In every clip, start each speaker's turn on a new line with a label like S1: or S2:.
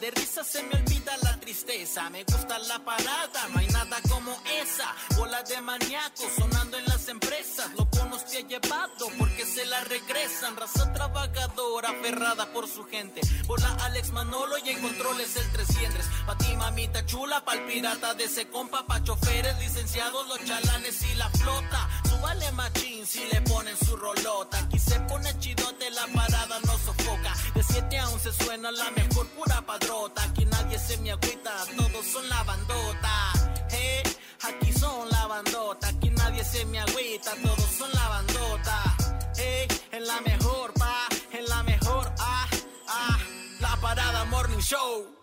S1: de risa se me olvida la tristeza. Me gusta la parada, no hay nada como esa. Bola de maníaco sonando en las empresas. Loco nos te ha llevado porque se la regresan. Raza trabajadora, aferrada por su gente. Bola Alex Manolo y en controles el 300. Pa' ti, mamita chula, pa'l pirata de ese compa. Pa' choferes, licenciados, los chalanes y la flota. Súbale machín si le ponen su rolota. Aquí se pone chidote, la parada no sofoca. De 7 a 11 suena la mejor pura padrota. Aquí nadie se me agüita, todos son la bandota. Hey, aquí son la bandota. Aquí nadie se me agüita, todos son la bandota. Hey, en la mejor pa, en la mejor ah, ah. La parada Morning Show.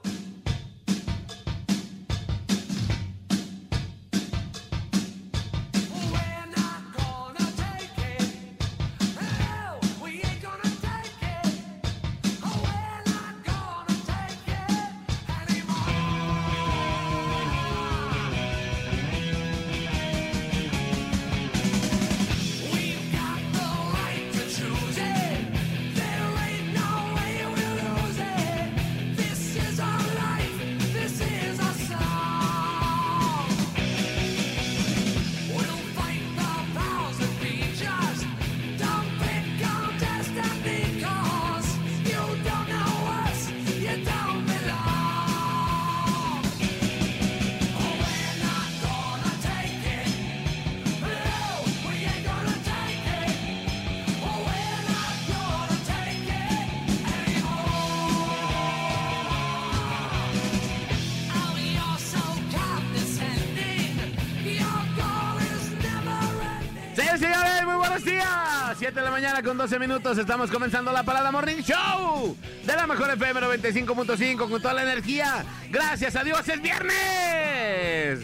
S2: de la mañana con 12 minutos estamos comenzando la Parada Morning Show de la mejor FM 95.5 con toda la energía. Gracias a Dios es viernes.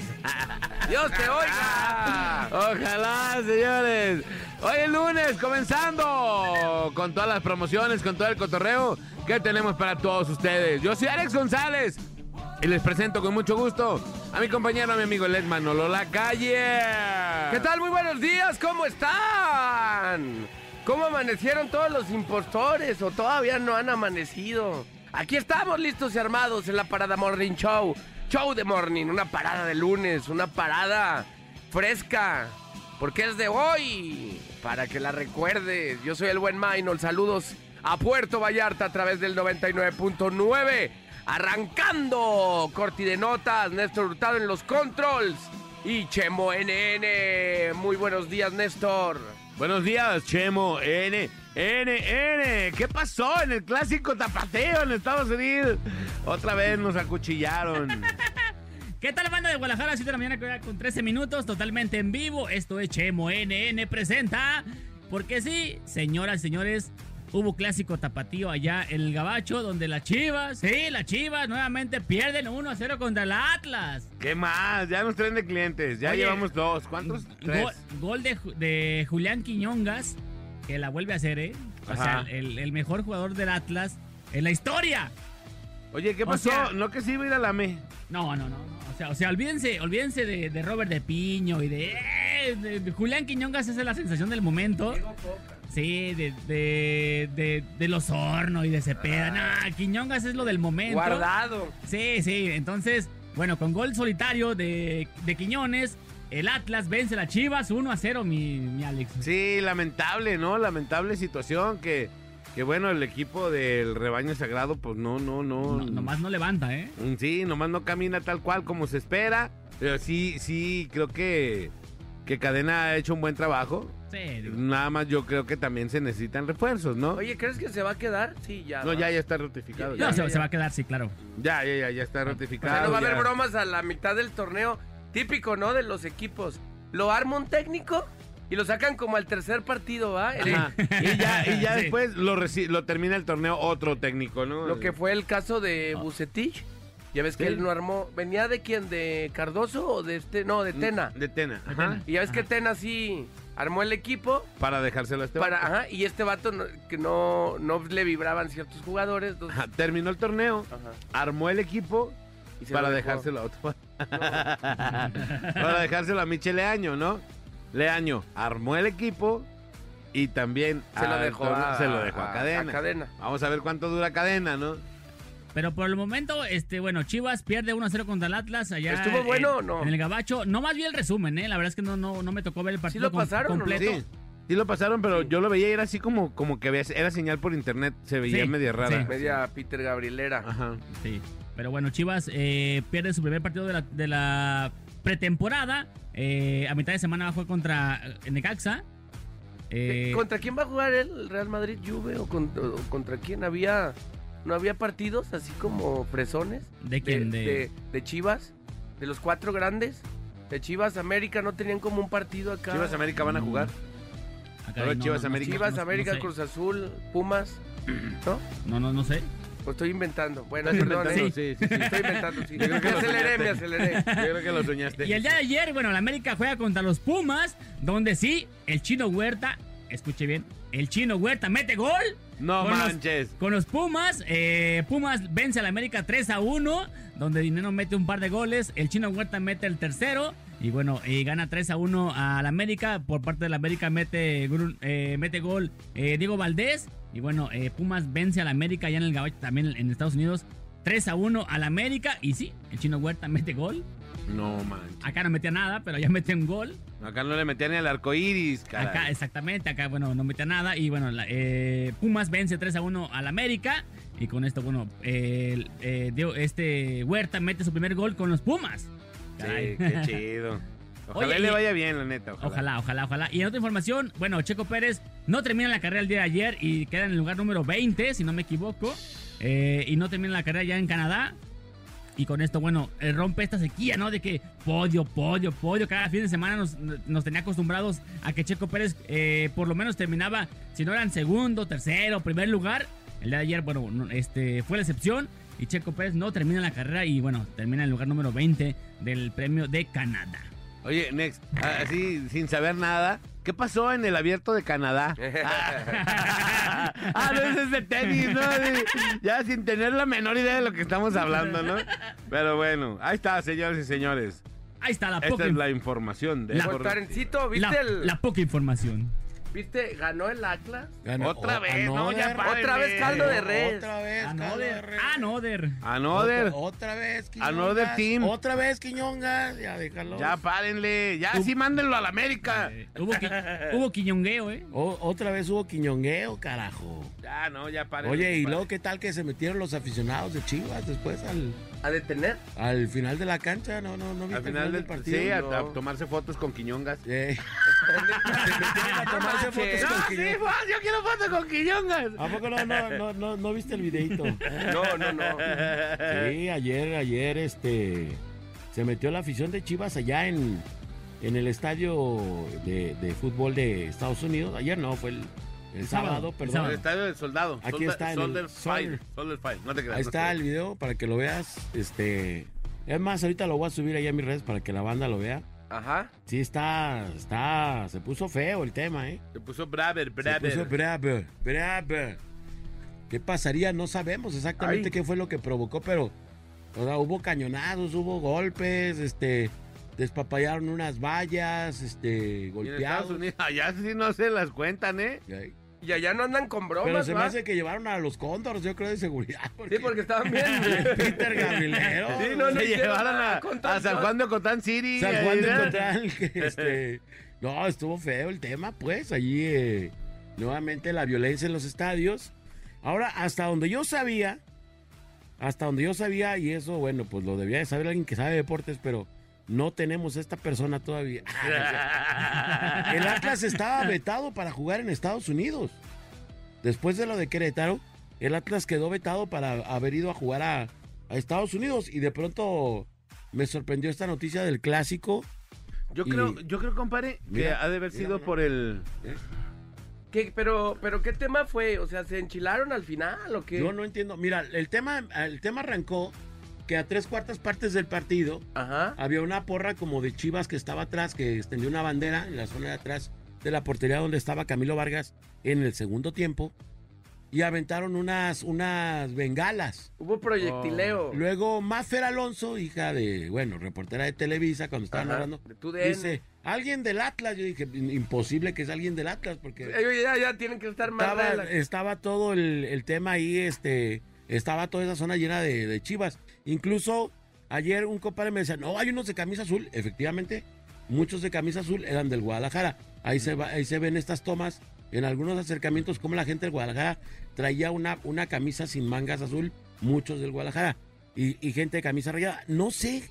S3: Dios te oiga.
S2: Ojalá, señores. Hoy es lunes comenzando con todas las promociones, con todo el cotorreo que tenemos para todos ustedes. Yo soy Alex González y les presento con mucho gusto a mi compañero, a mi amigo Les Manolo La Calle.
S3: ¿Qué tal? Muy buenos días, ¿cómo están? ¿Cómo amanecieron todos los impostores o todavía no han amanecido? Aquí estamos listos y armados en la parada Morning Show. Show de Morning, una parada de lunes, una parada fresca, porque es de hoy, para que la recuerdes. Yo soy el buen Maynol, saludos a Puerto Vallarta a través del 99.9. Arrancando, Corti de Notas, Néstor Hurtado en los controls y Chemo NN. Muy buenos días, Néstor.
S2: Buenos días, Chemo N. NN, ¿qué pasó en el clásico tapateo en Estados Unidos? Otra vez nos acuchillaron.
S4: ¿Qué tal, banda de Guadalajara? 7 de la mañana con 13 minutos, totalmente en vivo. Esto es Chemo NN presenta. Porque sí, señoras y señores, hubo clásico tapatío allá en el Gabacho, donde las Chivas, sí, las Chivas nuevamente pierden 1 a 0 contra el Atlas.
S2: ¿Qué más? Ya nos traen de clientes, ya Oye, llevamos dos. ¿Cuántos? Tres.
S4: Gol, gol de, de, Julián Quiñongas, que la vuelve a hacer, ¿eh? O Ajá. sea, el, el, mejor jugador del Atlas en la historia.
S2: Oye, ¿qué pasó? O sea, ¿No que sí iba a ir a la ME?
S4: No, no, no. O sea, o sea olvídense, olvídense de, de Robert de Piño y de, eh, de, de Julián Quiñongas, esa es la sensación del momento. Sí, de, de, de, de, los hornos y de Cepeda. Ah. Nah, Quiñongas es lo del momento.
S3: Guardado.
S4: Sí, sí. Entonces, bueno, con gol solitario de, de Quiñones, el Atlas vence a las Chivas 1 a 0, mi, mi, Alex.
S2: Sí, lamentable, ¿no? Lamentable situación que, que, bueno, el equipo del rebaño sagrado, pues no, no, no. Mm,
S4: no nomás no levanta, ¿eh?
S2: Sí, nomás no camina tal cual como se espera. Pero sí, sí, creo que, que Cadena ha hecho un buen trabajo.
S4: Serio.
S2: Nada más yo creo que también se necesitan refuerzos, ¿no?
S3: Oye, ¿crees que se va a quedar? Sí, ya.
S2: No, va. ya, ya está ratificado.
S4: Ya, no, ya, se, ya. se, va a quedar, sí, claro.
S2: Ya, ya, ya, ya está ratificado. O
S3: sea, no va a haber bromas a la mitad del torneo. Típico, ¿no? De los equipos. Lo arma un técnico y lo sacan como al tercer partido, ¿va?
S2: Sí. y ya, y ya sí. después lo, lo termina el torneo otro técnico, ¿no?
S3: Lo que fue el caso de oh. Bucetich. Ya ves que sí. él no armó. ¿Venía de quién? ¿De Cardoso o de este? No, de Tena.
S2: Mm, De Tena. Ajá.
S3: Y ya ves Ajá. que Tena sí armó el equipo.
S2: Para dejárselo a este
S3: para, vato. Ajá, y este vato no, que no, no le vibraban ciertos jugadores. Entonces... Ajá,
S2: terminó el torneo, Ajá. armó el equipo y para dejárselo a otro. No. para dejárselo a Michele Leaño, ¿no? Leaño armó el equipo y también
S3: se lo dejó,
S2: torneo, a, se lo dejó a, a, cadena.
S3: a cadena.
S2: Vamos a ver cuánto dura cadena, ¿no?
S4: Pero por el momento, este, bueno, Chivas pierde 1-0 contra el Atlas allá.
S3: ¿Estuvo
S4: en-
S3: bueno o no?
S4: En el Gabacho. No más vi el resumen, ¿eh? La verdad es que no, no, no me tocó ver el partido
S3: lo pasaron o no?
S4: completo.
S5: Sí, sí lo pasaron, pero yo lo veía y era así como, como que veas- era señal por internet, se veía
S4: Sí,
S5: media rara.
S4: sí.
S3: Media Peter Gabrielera.
S5: Ajá.
S4: Sí. Pero bueno, Chivas eh, pierde su primer partido de la, de la pretemporada. Eh, a mitad de semana fue contra eh, Necaxa. Eh,
S3: Eh, ¿Contra quién va a jugar él? el Real Madrid Juve o con- o contra, quién había no había partidos así como fresones
S4: ¿De quién?
S3: de,
S4: De-
S3: de- de Chivas, de los cuatro grandes, de Chivas América no tenían como un partido acá.
S5: Chivas América van a jugar.
S4: ah,
S5: Ahora Chivas América.
S3: Chivas,
S4: no- no
S3: América,
S4: sé.
S3: Cruz Azul, Pumas, ¿no?
S4: No, no, no sé.
S3: Lo estoy inventando. Bueno,
S5: Estás
S3: perdón,
S5: inventando,
S3: ¿eh?
S5: sí, sí, sí.
S3: estoy inventando. Sí.
S5: Yo creo que
S3: me
S5: lo
S3: aceleré, me
S5: soñaste.
S3: aceleré.
S5: Yo creo que lo soñaste.
S4: Y el día de ayer, bueno, la América juega contra los Pumas, donde sí, el chino Huerta, escuche bien, el chino Huerta mete gol
S5: No
S4: Con los-
S5: manches.
S4: con los Pumas. eh, Pumas vence a la América 3 a 1, donde Dinero mete un par de goles, el chino Huerta mete el tercero. Y bueno, eh, gana 3 a 1 a la América. Por parte de la América mete, Grun- eh, mete gol eh, Diego Valdés. Y bueno, eh, Pumas vence a la América ya en el Gabacho, también en Estados Unidos. 3 a 1 a la América. Y sí, el chino Huerta mete gol.
S5: No manches.
S4: Acá no metía nada, pero ya metió un gol.
S5: Acá no le metían ni al arco iris, caray.
S4: Acá, exactamente, acá, bueno, no metía nada. Y bueno, la- eh, Pumas vence 3 a 1 al América. Y con esto, bueno, el- eh, dio- este Huerta mete su primer gol con los Pumas. Caray.
S5: Sí, qué chido. Ojalá
S4: Oye,
S5: le
S4: y-
S5: vaya bien, la neta. Ojalá.
S4: Ojalá, ojalá, ojalá. Y en otra información, bueno, Checo Pérez no termina la carrera el día de ayer y queda en el lugar número 20, si no me equivoco. Eh, y no termina la carrera ya en Canadá. Y con esto, bueno, eh, rompe esta sequía, ¿no? De que podio, podio, podio. Cada fin de semana nos, nos tenía acostumbrados a que Checo Pérez eh, por lo menos terminaba, si no eran segundo, tercero, primer lugar. El día de ayer, bueno, no, este, fue la excepción. Y Checo Pérez no termina la carrera y, bueno, termina en el lugar número 20 del premio de Canadá.
S5: Oye, Next, a- así sin saber nada, ¿qué pasó en el abierto de Canadá? ah, ah, no, ese es de tenis, ¿no? Sí, Ya sin tener la menor idea de lo que estamos hablando, ¿no? Pero bueno, ahí está, señores y señores.
S4: Ahí está la poca
S5: Esta es
S4: inf-
S5: la información de...
S4: La-
S3: Tarencito, ¿viste
S4: la,
S3: el...?
S4: la poca información.
S3: ¿Viste? ¿Ganó el Atlas?
S5: Otra vez, no, ya
S3: Otra vez caldo de res.
S2: Otra vez,
S4: Ah,
S2: caldo Ah, de Ah,
S4: Anoder.
S2: res.
S4: Anoder.
S5: Anoder,
S2: Otra, otra vez, Quiñongas.
S5: Another team.
S2: Otra vez, Quiñongas. Ya, déjalo.
S5: ya párenle, ya sí mándenlo a la América.
S4: Eh, hubo, qui- hubo quiñongueo, ¿eh?
S2: O- otra vez hubo quiñongueo, carajo.
S5: Ya, no, ya párenle.
S2: Oye, y
S5: compadre.
S2: luego, ¿qué tal que se metieron los aficionados de Chivas después al,
S3: ¿A detener?
S2: al final de la cancha? No, no, no. viste
S5: Al final del partido. Sí, a, a tomarse fotos con Quiñongas.
S2: Eh, se metieron a tomarse fotos con Quiñongas.
S5: yo quiero fotos con Quiñongas.
S2: ¿A poco no, no, no, no, no viste el videito?
S3: No, no, no.
S2: Sí, ayer, ayer, este, se metió la afición de Chivas allá en, en el estadio de, de fútbol de Estados Unidos. Ayer no, fue el,
S4: sábado,
S2: el sábado,
S4: el
S2: perdón.
S5: El
S4: sábado.
S5: estadio del soldado.
S2: Ah. Aquí
S5: Solda-
S2: está en
S5: Soldier
S2: el-
S5: Field.
S2: Soldier.
S5: Soldier Field. No te creas.
S2: Ahí
S5: no
S2: está
S5: te
S2: el video para que lo veas. Este, es más, ahorita lo voy a subir allá a mis redes para que la banda lo vea.
S3: Ajá.
S2: Sí, está, está, se puso feo el tema, ¿eh?
S5: creas. Se puso braver,
S2: Se
S5: braver.
S2: puso bravo, bravo. ¿Qué pasaría? No sabemos exactamente
S3: Ay.
S2: qué fue lo que provocó, pero o sea, hubo cañonados, hubo golpes, este, despapallaron unas vallas, este,
S5: Y en Estados
S2: golpeados.
S5: Unidos, allá sí no se las cuentan, ¿eh?
S2: Ay.
S3: Y allá no andan con bromas,
S2: Pero se me
S3: ¿va?
S2: hace que llevaron a los cóndores, yo creo, de seguridad.
S3: Sí, porque estaban bien.
S2: Peter Gabrielero.
S3: Sí, no, no.
S5: Se
S3: hicieron
S5: llevaron
S3: nada
S5: a,
S3: con
S5: a
S3: tanto-
S5: San Juan de Cotán City.
S2: San
S5: ahí,
S2: Juan de
S5: ¿verdad?
S2: Cotral, que, este, no, estuvo feo el tema, pues, allí eh, nuevamente la violencia en los estadios. Ahora, hasta donde yo sabía, hasta donde yo sabía, y eso, bueno, pues lo debía de saber alguien que sabe deportes, pero no tenemos esta persona todavía. Ah, El Atlas estaba vetado para jugar en Estados Unidos. Después de lo de Querétaro, el Atlas quedó vetado para haber ido a jugar a, a Estados Unidos y de pronto me sorprendió esta noticia del clásico.
S5: Yo
S2: Y-
S5: creo, yo creo, compadre, que
S2: Mira,
S5: ha de haber
S2: mira,
S5: sido
S2: mira.
S5: por el.
S3: ¿Qué, pero, pero ¿qué tema fue? O sea, ¿se enchilaron al final o qué?
S2: Yo no entiendo. Mira, el tema, el tema arrancó que a tres cuartas partes del partido
S3: Ajá.
S2: había una porra como de Chivas que estaba atrás, que extendió una bandera en la zona de atrás de la portería donde estaba Camilo Vargas en el segundo tiempo y aventaron unas, unas bengalas.
S3: Hubo proyectileo.
S2: Oh, Luego Mafer Alonso, hija de, bueno, reportera de Televisa, cuando estaban
S3: Ajá,
S2: hablando,
S3: de tu DN.
S2: dice, alguien del Atlas. Yo dije, imposible que es alguien del Atlas, porque
S3: Ellos ya, ya tienen que estar más
S2: estaba,
S3: relajados.
S2: estaba todo el, el tema ahí, este, estaba toda esa zona llena de, de chivas. Incluso ayer un compadre me decía, no, hay unos de camisa azul. Efectivamente, muchos de camisa azul eran del Guadalajara. Ahí se, va- ahí se ven estas tomas en algunos acercamientos, como la gente del Guadalajara traía una, una camisa sin mangas azul, muchos del Guadalajara, y, y gente de camisa rayada. No sé,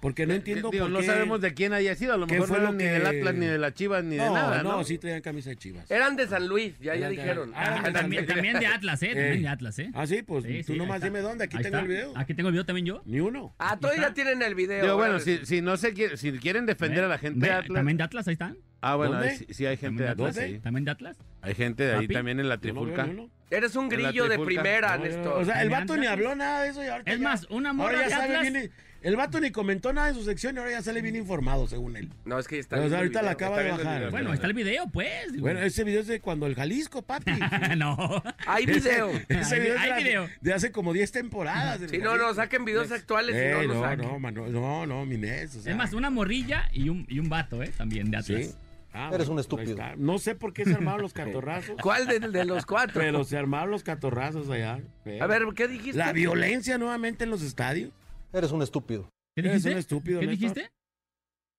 S2: porque no entiendo
S5: Digo,
S2: por
S5: no
S2: qué-
S5: sabemos de quién haya sido. A lo
S2: qué
S5: mejor no
S2: fue
S5: eran
S2: lo
S5: ni
S2: que-
S5: del Atlas, ni de las Chivas, ni de
S2: No,
S5: nada.
S2: no,
S5: No,
S2: sí traían camisa de chivas.
S3: Eran de San Luis, ya, ya
S2: Eran de-
S3: dijeron.
S2: ah,
S4: Ah, también, también de Atlas, ¿eh? También de Atlas, ¿eh?
S2: Ah, sí, pues
S4: Sí,
S2: tú
S4: sí,
S2: nomás
S4: ahí está.
S2: dime dónde, aquí
S4: Ahí
S2: tengo
S4: está.
S2: el video.
S4: Aquí tengo el video también yo.
S2: Ni uno.
S3: Ah, todos ya tienen el video.
S5: Digo, bueno,
S3: ahora
S5: si,
S3: sí.
S5: si no se quiere- si quieren defender a la gente
S4: Ve,
S5: de Atlas.
S4: También de Atlas, ahí están.
S5: Ah, bueno,
S2: ¿Dónde?
S5: ahí sí, sí hay gente de
S2: ¿Dónde?
S5: Atlas.
S2: ¿Dónde?
S5: sí.
S4: También de Atlas.
S5: Hay gente de ahí
S4: Papi.
S5: también en la
S2: Yo no veo
S5: trifulca.
S2: ni uno.
S3: Eres un
S5: en la
S3: grillo de
S5: trifulca.
S3: primera,
S2: No, yo no-
S3: Ah, Néstor.
S2: O sea, el
S4: Ni
S2: vato ni
S4: Atlas.
S2: habló nada de eso y ahorita
S4: Es
S2: ya-
S4: más, una morra
S2: Ahora
S4: de
S2: ya sabe
S4: Atlas.
S2: bien. El vato ni comentó nada de su sección y ahora ya sale bien informado, según él.
S3: no, es que está.
S2: O sea,
S3: viendo el
S2: pues, ahorita la
S3: video.
S2: acaba
S5: Está
S2: de
S5: viendo el
S2: bajar.
S5: video.
S4: Bueno, ahí está el video, pues. Ah,
S2: Bueno, eh, ese video es de cuando el Jalisco, papi.
S4: no.
S3: Hay video.
S2: Ese
S4: Hay-
S2: video, es
S4: hay
S2: de la-
S4: video.
S2: de hace como 10 temporadas. del
S3: Si no, no,
S2: Jalisco.
S3: saquen videos actuales.
S2: Eh,
S3: si no, no,
S2: no,
S3: saquen.
S2: no, Manuel, no, no, mi Nes, o sea,
S4: Es más, una morrilla y un, y un vato, ¿eh? También de Atlas.
S2: sí. Ah,
S6: Eres un
S2: ahí
S6: estúpido.
S2: está. No sé por qué se armaron los catorrazos,
S3: ¿Cuál de, de los cuatro?
S2: pero se armaron los catorrazos allá.
S3: A ver, ¿qué dijiste?
S2: La violencia nuevamente en los estadios.
S6: Eres un estúpido.
S4: ¿Qué
S2: Eres
S4: dijiste?
S2: un estúpido,
S4: ¿Qué
S2: Néstor.
S4: dijiste?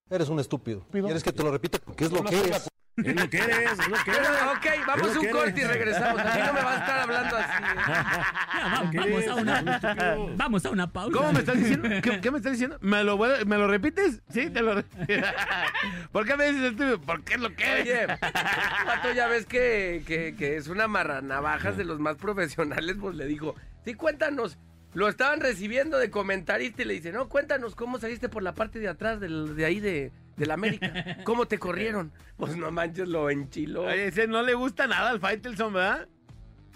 S6: Eres un estúpido. ¿Quieres que te lo repita? Porque es lo que eres.
S2: Es lo que eres, es lo que eres.
S3: Pero, ok, vamos
S2: Pero
S3: a un
S2: ¿qué
S3: corte y
S2: eres?
S3: regresamos. A mí no me va a estar hablando así. ¿eh?
S4: Ya, va-
S2: Ah, ¿Qué
S4: vamos,
S2: eres?
S4: a una,
S2: Estúpido.
S4: vamos a una pausa.
S5: ¿Cómo me estás diciendo? ¿Qué, qué me estás diciendo? ¿Me lo, vuel- ¿Me lo repites? Sí, te lo re- ¿Por qué me dices estúpido? ¿Por qué es lo que
S3: ¿eh?
S5: eres?
S3: Oye, Pato, ya ves que, que, que es una marranavajas de los más profesionales, pues le dijo, sí, cuéntanos. Lo estaban recibiendo de comentarista y le dice, no, cuéntanos cómo saliste por la parte de atrás del- de ahí de, de la América. ¿Cómo te corrieron? Pues no manches, lo enchiló.
S5: Oye, ese no le gusta nada al Faitelson, ¿verdad?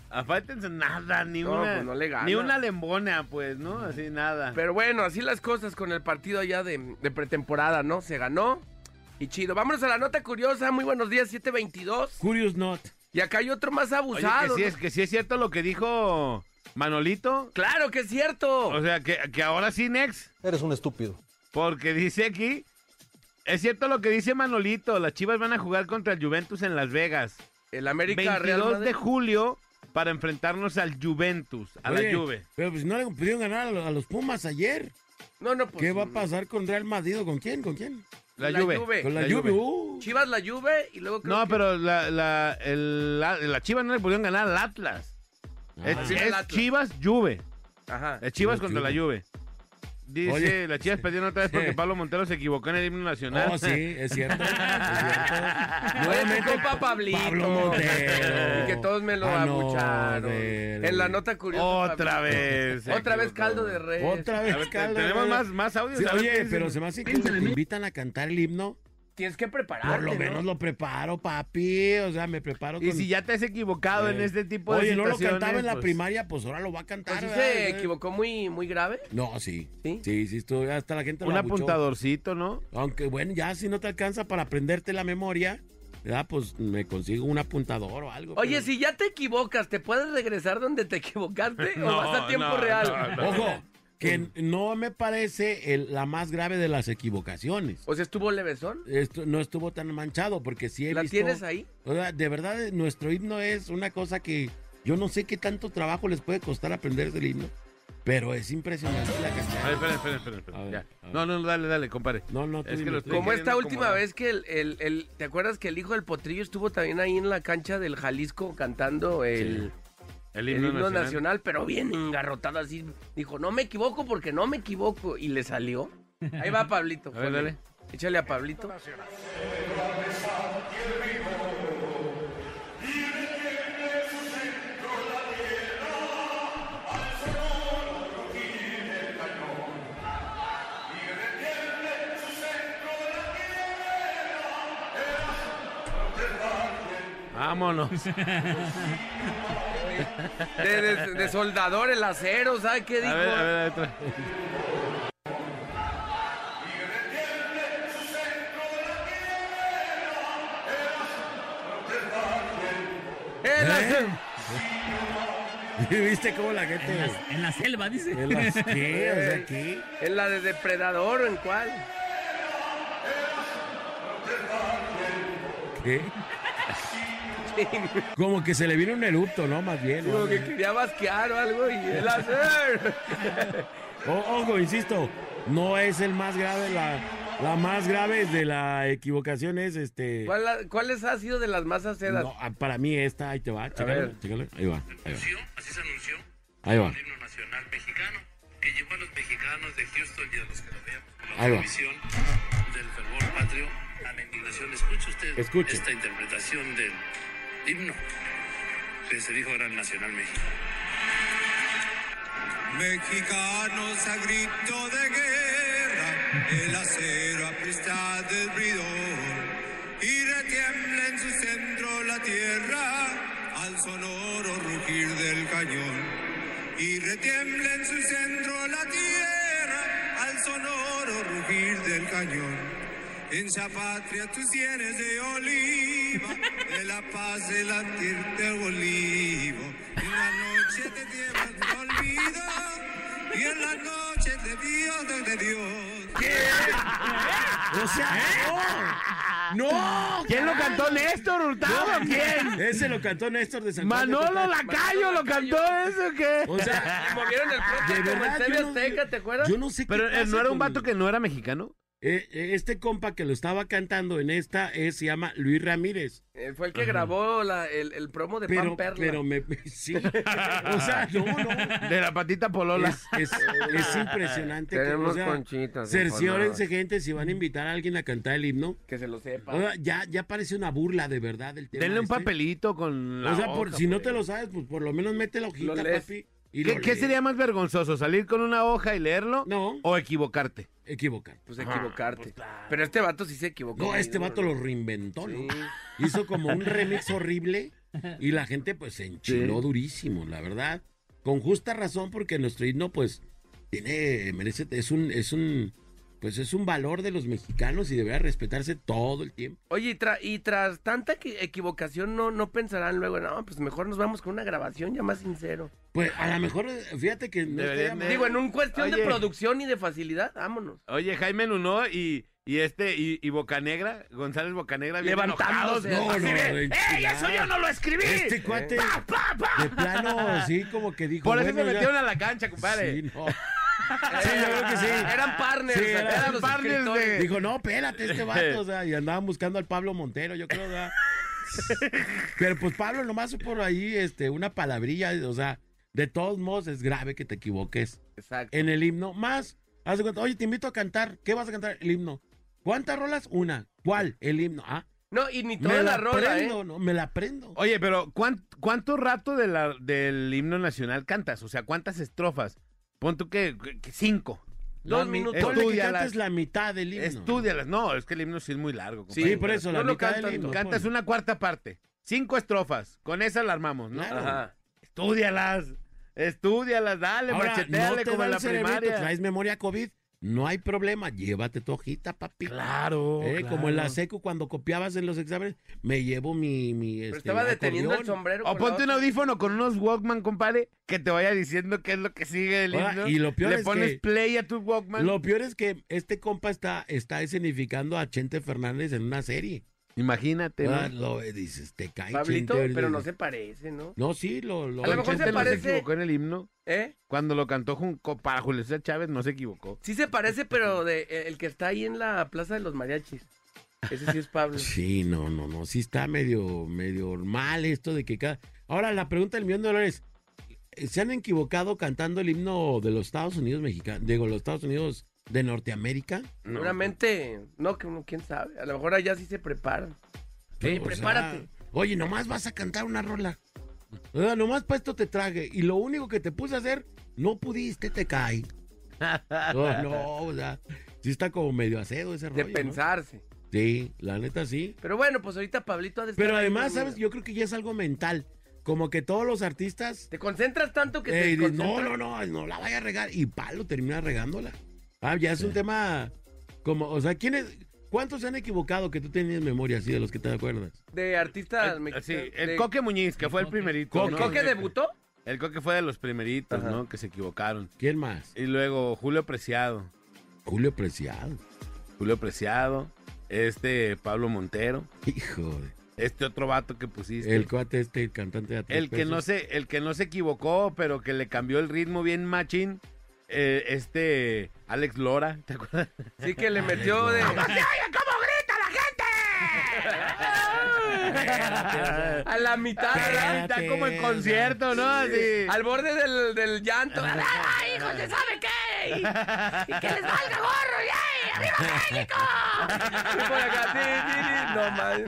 S5: A Faitelson nada, ni
S3: No,
S5: una.
S3: pues no le gana.
S5: Ni una lembona, pues, ¿no? Así nada.
S3: Pero bueno, así las cosas con el partido allá de, de pretemporada, ¿no? Se ganó y chido. Vámonos a la nota curiosa. Muy buenos días, 722.
S2: Curious not.
S3: Y acá hay otro más
S5: Oye,
S3: abusado.
S5: que sí,
S3: pues,
S5: es,
S3: ah, ¿no?
S5: que sí es cierto lo que dijo Manolito.
S3: Claro que es cierto.
S5: O sea, que, que ahora sí, Nex.
S6: Eres un estúpido.
S5: Porque dice aquí. Es cierto lo que dice Manolito. Las chivas van a jugar contra el Juventus en Las Vegas.
S3: el América Real
S5: 22 de
S3: Madrid.
S5: julio para enfrentarnos al Juventus, a
S2: Oye,
S5: la Juve.
S2: Pero pues no le pudieron ganar a los, a los Pumas ayer.
S3: No, no, pues.
S2: ¿Qué va a pasar con Real Madrid? o ¿Con quién? ¿Con quién?
S5: La,
S3: la
S5: Juve.
S3: Juve.
S2: Con la,
S5: La
S2: lluvia. Uh.
S5: Juve.
S3: Chivas la Juve y luego creo
S5: No,
S3: que-
S5: pero la, la, el- la- la Chivas no le pudieron ganar al Atlas.
S2: Ah.
S5: es
S3: sí,
S5: es
S3: al Atlas.
S5: Chivas Juve.
S3: Ajá.
S5: Es Chivas
S2: La
S5: contra la Juve.
S2: Juve.
S5: Dice,
S2: Oye.
S5: las Chivas perdieron otra vez porque Pablo Montero se equivocó en el himno nacional.
S2: Oh, sí, es cierto. es cierto.
S3: Oye, mi compa Pablito.
S2: Pablo Montero.
S3: Y que todos me lo
S2: Ah, no,
S3: abucharon.
S2: ver,
S3: en la
S2: güey.
S3: nota curiosa.
S5: Otra
S3: Pablito.
S5: vez. se
S3: Otra vez
S5: equivocó.
S3: caldo de rey.
S2: Otra
S5: A
S2: vez,
S5: ver,
S2: Caldo,
S5: tenemos
S2: güey.
S5: más, más audios.
S2: Sí,
S5: A ver qué
S2: oye,
S5: dicen.
S2: pero se me hace que cuando te invitan a cantar el himno.
S3: Tienes que prepararte.
S2: Por lo
S3: ¿no?
S2: menos lo preparo, papi. O sea, me preparo
S5: Y
S2: con-
S5: si ya te has equivocado
S2: Eh,
S5: en este tipo de
S2: Oye, no lo
S5: situaciones.
S2: cantaba en la
S5: pues,
S2: primaria, pues ahora lo va a cantar.
S3: Pues sí
S2: ¿verdad?
S3: se equivocó muy, muy grave.
S2: No, sí.
S3: ¿Sí?
S2: Sí, sí, estuvo- hasta la gente lo
S5: Un
S2: abuchó.
S5: apuntadorcito, ¿no?
S2: Aunque bueno, ya si no te alcanza para aprenderte la memoria, ¿verdad? Pues me consigo un apuntador o algo.
S3: Oye,
S2: pero-
S3: si ya te equivocas, ¿te puedes regresar donde te equivocaste o
S5: No,
S3: vas a tiempo
S5: no,
S3: real?
S5: no, no.
S2: Ojo, que no me parece el- la más grave de las equivocaciones.
S3: O sea, estuvo levesón.
S2: Esto no estuvo tan manchado porque sí he
S3: ¿La
S2: visto-
S3: tienes ahí?
S2: O sea, de verdad, eh, nuestro himno es una cosa que yo no sé qué tanto trabajo les puede costar aprenderse el himno, pero es impresionante la
S5: A ver,
S2: cantidad.
S5: espera, espera, espera. espera,
S2: A ver,
S5: ya.
S2: a ver.
S5: No, no, dale, dale, compadre.
S2: No, no, tú
S5: Es que
S2: dime,
S5: lo
S2: tú
S5: estoy
S2: dime.
S3: Como esta
S5: queriendo
S3: última
S5: acomodar.
S3: vez que el, el- el- ¿Te acuerdas que el hijo del potrillo estuvo también ahí en la cancha del Jalisco cantando el,
S5: El
S3: el
S5: himno, nacional.
S3: pero bien engarrotado así? Dijo, no me equivoco porque no me equivoco. Y le salió. Ahí va Pablito.
S5: A ver,
S3: ponle.
S5: dale.
S3: Échale a Pablito.
S5: Vámonos.
S3: De, de- de soldador, el acero, ¿sabes qué dijo?
S5: A ver, a ver, a ver, otra.
S3: El acero.
S2: ¿Y ¿Viste cómo la gente?
S4: En la, en la selva, dice.
S2: ¿En las qué? O sea, ¿qué?
S3: ¿En la de depredador o en cuál?
S2: ¿Qué? Como que se le vino un eructo, ¿no? Más bien.
S3: Como
S2: ¿no?
S3: que quería basquear o algo y el hacer.
S2: O- ojo, insisto, no es el más grave, la, la más grave de la equivocación es este.
S3: ¿Cuál, la- ¿Cuáles ha sido de las más acedas?
S2: No, ah, para mí esta, ahí te va, chécale,
S3: ver.
S2: chécale. Ahí va, ahí va.
S7: así se anunció
S2: Ahí va.
S7: el himno nacional mexicano, que llevó a los mexicanos de Houston y a los calaveros
S2: Ahí
S7: por
S2: va.
S7: la visión del fervor patrio a la indignación. Escuche usted
S2: Escuche.
S7: esta interpretación del himno que se dijo era el nacional mexicano.
S8: Mexicanos a grito de guerra, el acero aprista del bridón, y retiembla en su centro la tierra al sonoro rugir del cañón. Y retiembla en su centro la tierra al sonoro rugir del cañón. En esa patria tus sienes de oliva, de la paz el latir de olivo. En la noche te llevas tu olvido, y en la noche te vio de Dios.
S2: O sea, no. ¡No!
S5: ¿Quién lo cantó Néstor Hurtado? ¿Quién?
S2: Ese lo cantó Néstor de San Juan de
S5: ¿Manolo
S2: Tocantins.
S5: Lacayo lo cantó eso o qué?
S2: O sea,
S3: Movieron el
S2: de
S3: puente como en
S2: verdad.
S3: TV
S2: yo no-
S3: Azteca, ¿te acuerdas?
S2: Yo no sé
S5: Pero
S2: qué
S5: eh,
S2: pasa
S5: no era un
S2: con-
S5: vato que no era mexicano.
S2: Eh, eh, este compa que lo estaba cantando en esta es, se llama Luis Ramírez.
S3: Eh, fue el que grabó la- el, el promo de Pan
S2: Pero,
S3: Perla.
S2: pero me. Sí. O sea, no, no.
S5: De la patita polola.
S2: Es, es- es impresionante. que,
S3: Tenemos
S2: o sea,
S3: conchitas,
S2: Cerciórense,
S3: hijo,
S2: gente, si van a invitar a alguien a cantar el himno.
S3: Que se lo sepa.
S2: O sea, ya, ya parece una burla de verdad el tema.
S5: Denle un
S2: este.
S5: papelito con la
S2: o sea, por,
S5: hoja,
S2: si no
S5: pues.
S2: te lo sabes, pues por lo menos mete la hojita,
S3: Lo lees.
S2: papi. y
S5: ¿Qué,
S2: lo
S5: qué
S2: lees.
S5: sería más vergonzoso? ¿Salir con una hoja y leerlo?
S2: No.
S5: ¿O equivocarte?
S2: Equivocar.
S3: pues equivocarte. Pero este vato sí se equivocó.
S2: No,
S3: muy
S2: este
S3: duro.
S2: vato lo reinventó, ¿no?
S3: Sí.
S2: Hizo como un remix horrible y la gente pues se enchiló
S5: Sí.
S2: durísimo, la verdad. Con justa razón porque nuestro himno pues tiene merece es un es un pues es un valor de los mexicanos y deberá respetarse todo el tiempo.
S3: Oye, y, tra- y tras tanta equi- equivocación, no, no pensarán luego, no, pues mejor nos vamos con una grabación ya más sincero.
S2: Pues a lo mejor eh, fíjate que no
S5: Deberían
S2: estaría
S5: de-
S2: mal.
S3: Digo, en un cuestión de
S5: Oye.
S3: producción y de facilidad, vámonos.
S5: Oye, Jaime Lunó y, y este, y, y Bocanegra, González Bocanegra, bien
S3: Levantándose.
S5: enojados.
S2: No, no, de
S5: ¡Ey,
S2: enchilar.
S5: eso yo no lo escribí!
S3: Eh,
S2: Este cuate
S5: ¡Pa, pa, pa!
S2: de plano sí como que dijo,
S5: Por eso
S2: bueno,
S5: se
S2: ya-
S5: metieron a la cancha, compadre.
S2: Sí, no. Sí, yo creo que sí.
S3: Eran partners,
S2: Sí, eran
S3: eran los
S5: partners de-
S3: escritores.
S2: Dijo, no, espérate, este vato, o sea, y andaban buscando al Pablo Montero, yo creo, ¿verdad? Pero pues Pablo nomás por ahí, este, una palabrilla, o sea, de todos modos es grave que te equivoques
S3: Exacto.
S2: en el himno. Más, haz de cuenta, oye, te invito a cantar, ¿qué vas a cantar? El himno. ¿Cuántas rolas? Una. ¿Cuál? El himno. Ah,
S3: No, y ni
S2: me
S3: toda la rola, ¿eh?
S2: prendo, ¿no? Me la prendo.
S5: Oye, pero ¿cuán- ¿cuánto rato de la- del himno nacional cantas? O sea, ¿cuántas estrofas? Pon tú que, que cinco.
S3: Dos
S2: La mi-
S3: minutos.
S2: Ponle que
S5: Estudialas.
S2: cantes la mitad del himno.
S5: Estudialas. No, es que el himno sí es muy largo.
S2: Sí,
S5: compadre.
S2: por eso,
S3: No
S2: la
S3: lo
S2: mitad
S3: cantan,
S2: del himno.
S5: Cantas
S2: ponle.
S5: una cuarta parte. Cinco estrofas. Con esa la armamos, ¿no?
S2: Claro.
S3: Ajá.
S5: Estudialas. Estudialas, dale,
S2: Ahora,
S5: macheteale
S2: no te
S5: como
S2: da
S5: en
S2: el
S5: la
S2: cerebrito,
S5: primaria.
S2: Traes memoria COVID, no hay problema, llévate tu hojita, papi.
S5: Claro,
S2: Eh, Como en la
S5: Oh, claro.
S2: secu cuando copiabas en los exámenes, me llevo mi... mi
S3: Pero
S2: este,
S3: estaba
S2: mi
S3: deteniendo el
S2: acordeón.
S3: sombrero.
S5: O
S3: con la
S5: ponte un
S3: otra.
S5: audífono con unos Walkman, compadre, que te vaya diciendo qué es lo que sigue el
S2: Ahora,
S5: himno.
S2: y lo peor
S5: Le
S2: es
S5: pones
S2: que-
S5: play a tu Walkman.
S2: Lo peor es que este compa está, está escenificando a Chente Fernández en una serie.
S5: Imagínate, ¿no?
S2: Ah, lo- dices, te cae
S3: Pablito,
S2: Chente,
S3: pero no
S2: dices,
S3: se parece, ¿no?
S2: No, sí, lo... lo-
S3: A lo mejor
S5: Chente
S3: se
S5: no
S3: parece-
S5: se equivocó en el himno.
S3: ¿Eh?
S5: Cuando lo cantó jun- co- para Julio César Chávez, no se equivocó.
S3: Sí se parece, pero de eh, el que está ahí en la Plaza de los Mariachis. Ese sí es Pablo.
S2: Sí, no, no, no, sí está medio, medio mal esto de que cada... Ahora, la pregunta del millón de dólares, eh, ¿se han equivocado cantando el himno de los Estados Unidos mexicanos, digo, los Estados Unidos de Norteamérica?
S3: Seguramente, no, que uno, quién sabe. A lo mejor allá sí se preparan.
S2: Sí, pues, ah,
S3: prepárate.
S2: oye, nomás vas a cantar una rola. O sea, nomás para esto te traje. Y lo único que te puse a hacer, no pudiste, te cae. No, no, o sea, sí está como medio acedo ese
S3: De
S2: rollo. ¿no?
S3: pensarse.
S2: Sí, la neta sí.
S3: Pero bueno, pues ahorita Pablito ha de estar
S2: Pero
S3: ahí,
S2: además,
S3: mira.
S2: ¿sabes? Yo creo que ya es algo mental. Como que todos los artistas.
S3: Te concentras tanto que
S2: eh,
S3: te
S2: dicen, no,
S3: concentras-
S2: no, no, no la vaya a regar. Y palo, termina regándola. Ah, ya es un tema. Como, o sea, ¿quiénes, ¿cuántos se han equivocado que tú tenías memoria así de los que te acuerdas?
S3: De artistas mexicanos.
S5: Sí, el
S3: de-
S5: Coque Muñiz, que fue el primerito.
S3: ¿El
S5: ¿no?
S3: Coque debutó?
S5: El Coque fue de los primeritos,
S3: Ajá.
S5: ¿no? Que se equivocaron.
S2: ¿Quién más?
S3: Eh,
S5: Y luego Julio Preciado.
S2: Julio Preciado.
S5: Julio Preciado. Este, Pablo Montero.
S2: Hijo de.
S5: Este otro vato que pusiste.
S2: El
S5: El, pues,
S2: cuate este, el cantante de Atrás
S5: que no
S2: Pesos.
S5: se, el que no se equivocó, pero que le cambió el ritmo bien machín. eh, este Alex Lora, ¿te acuerdas?
S3: Sí que le metió de... A la mitad, ¿verdad?
S5: Está como en concierto, ¿no? Así.
S3: Al borde del, del llanto. ¡Ah, hijo, se sabe qué! ¡Y, y que les valga gorro! ¡Yay! ¡Arriba México! Y por acá, sí, sí, sí. No, madre.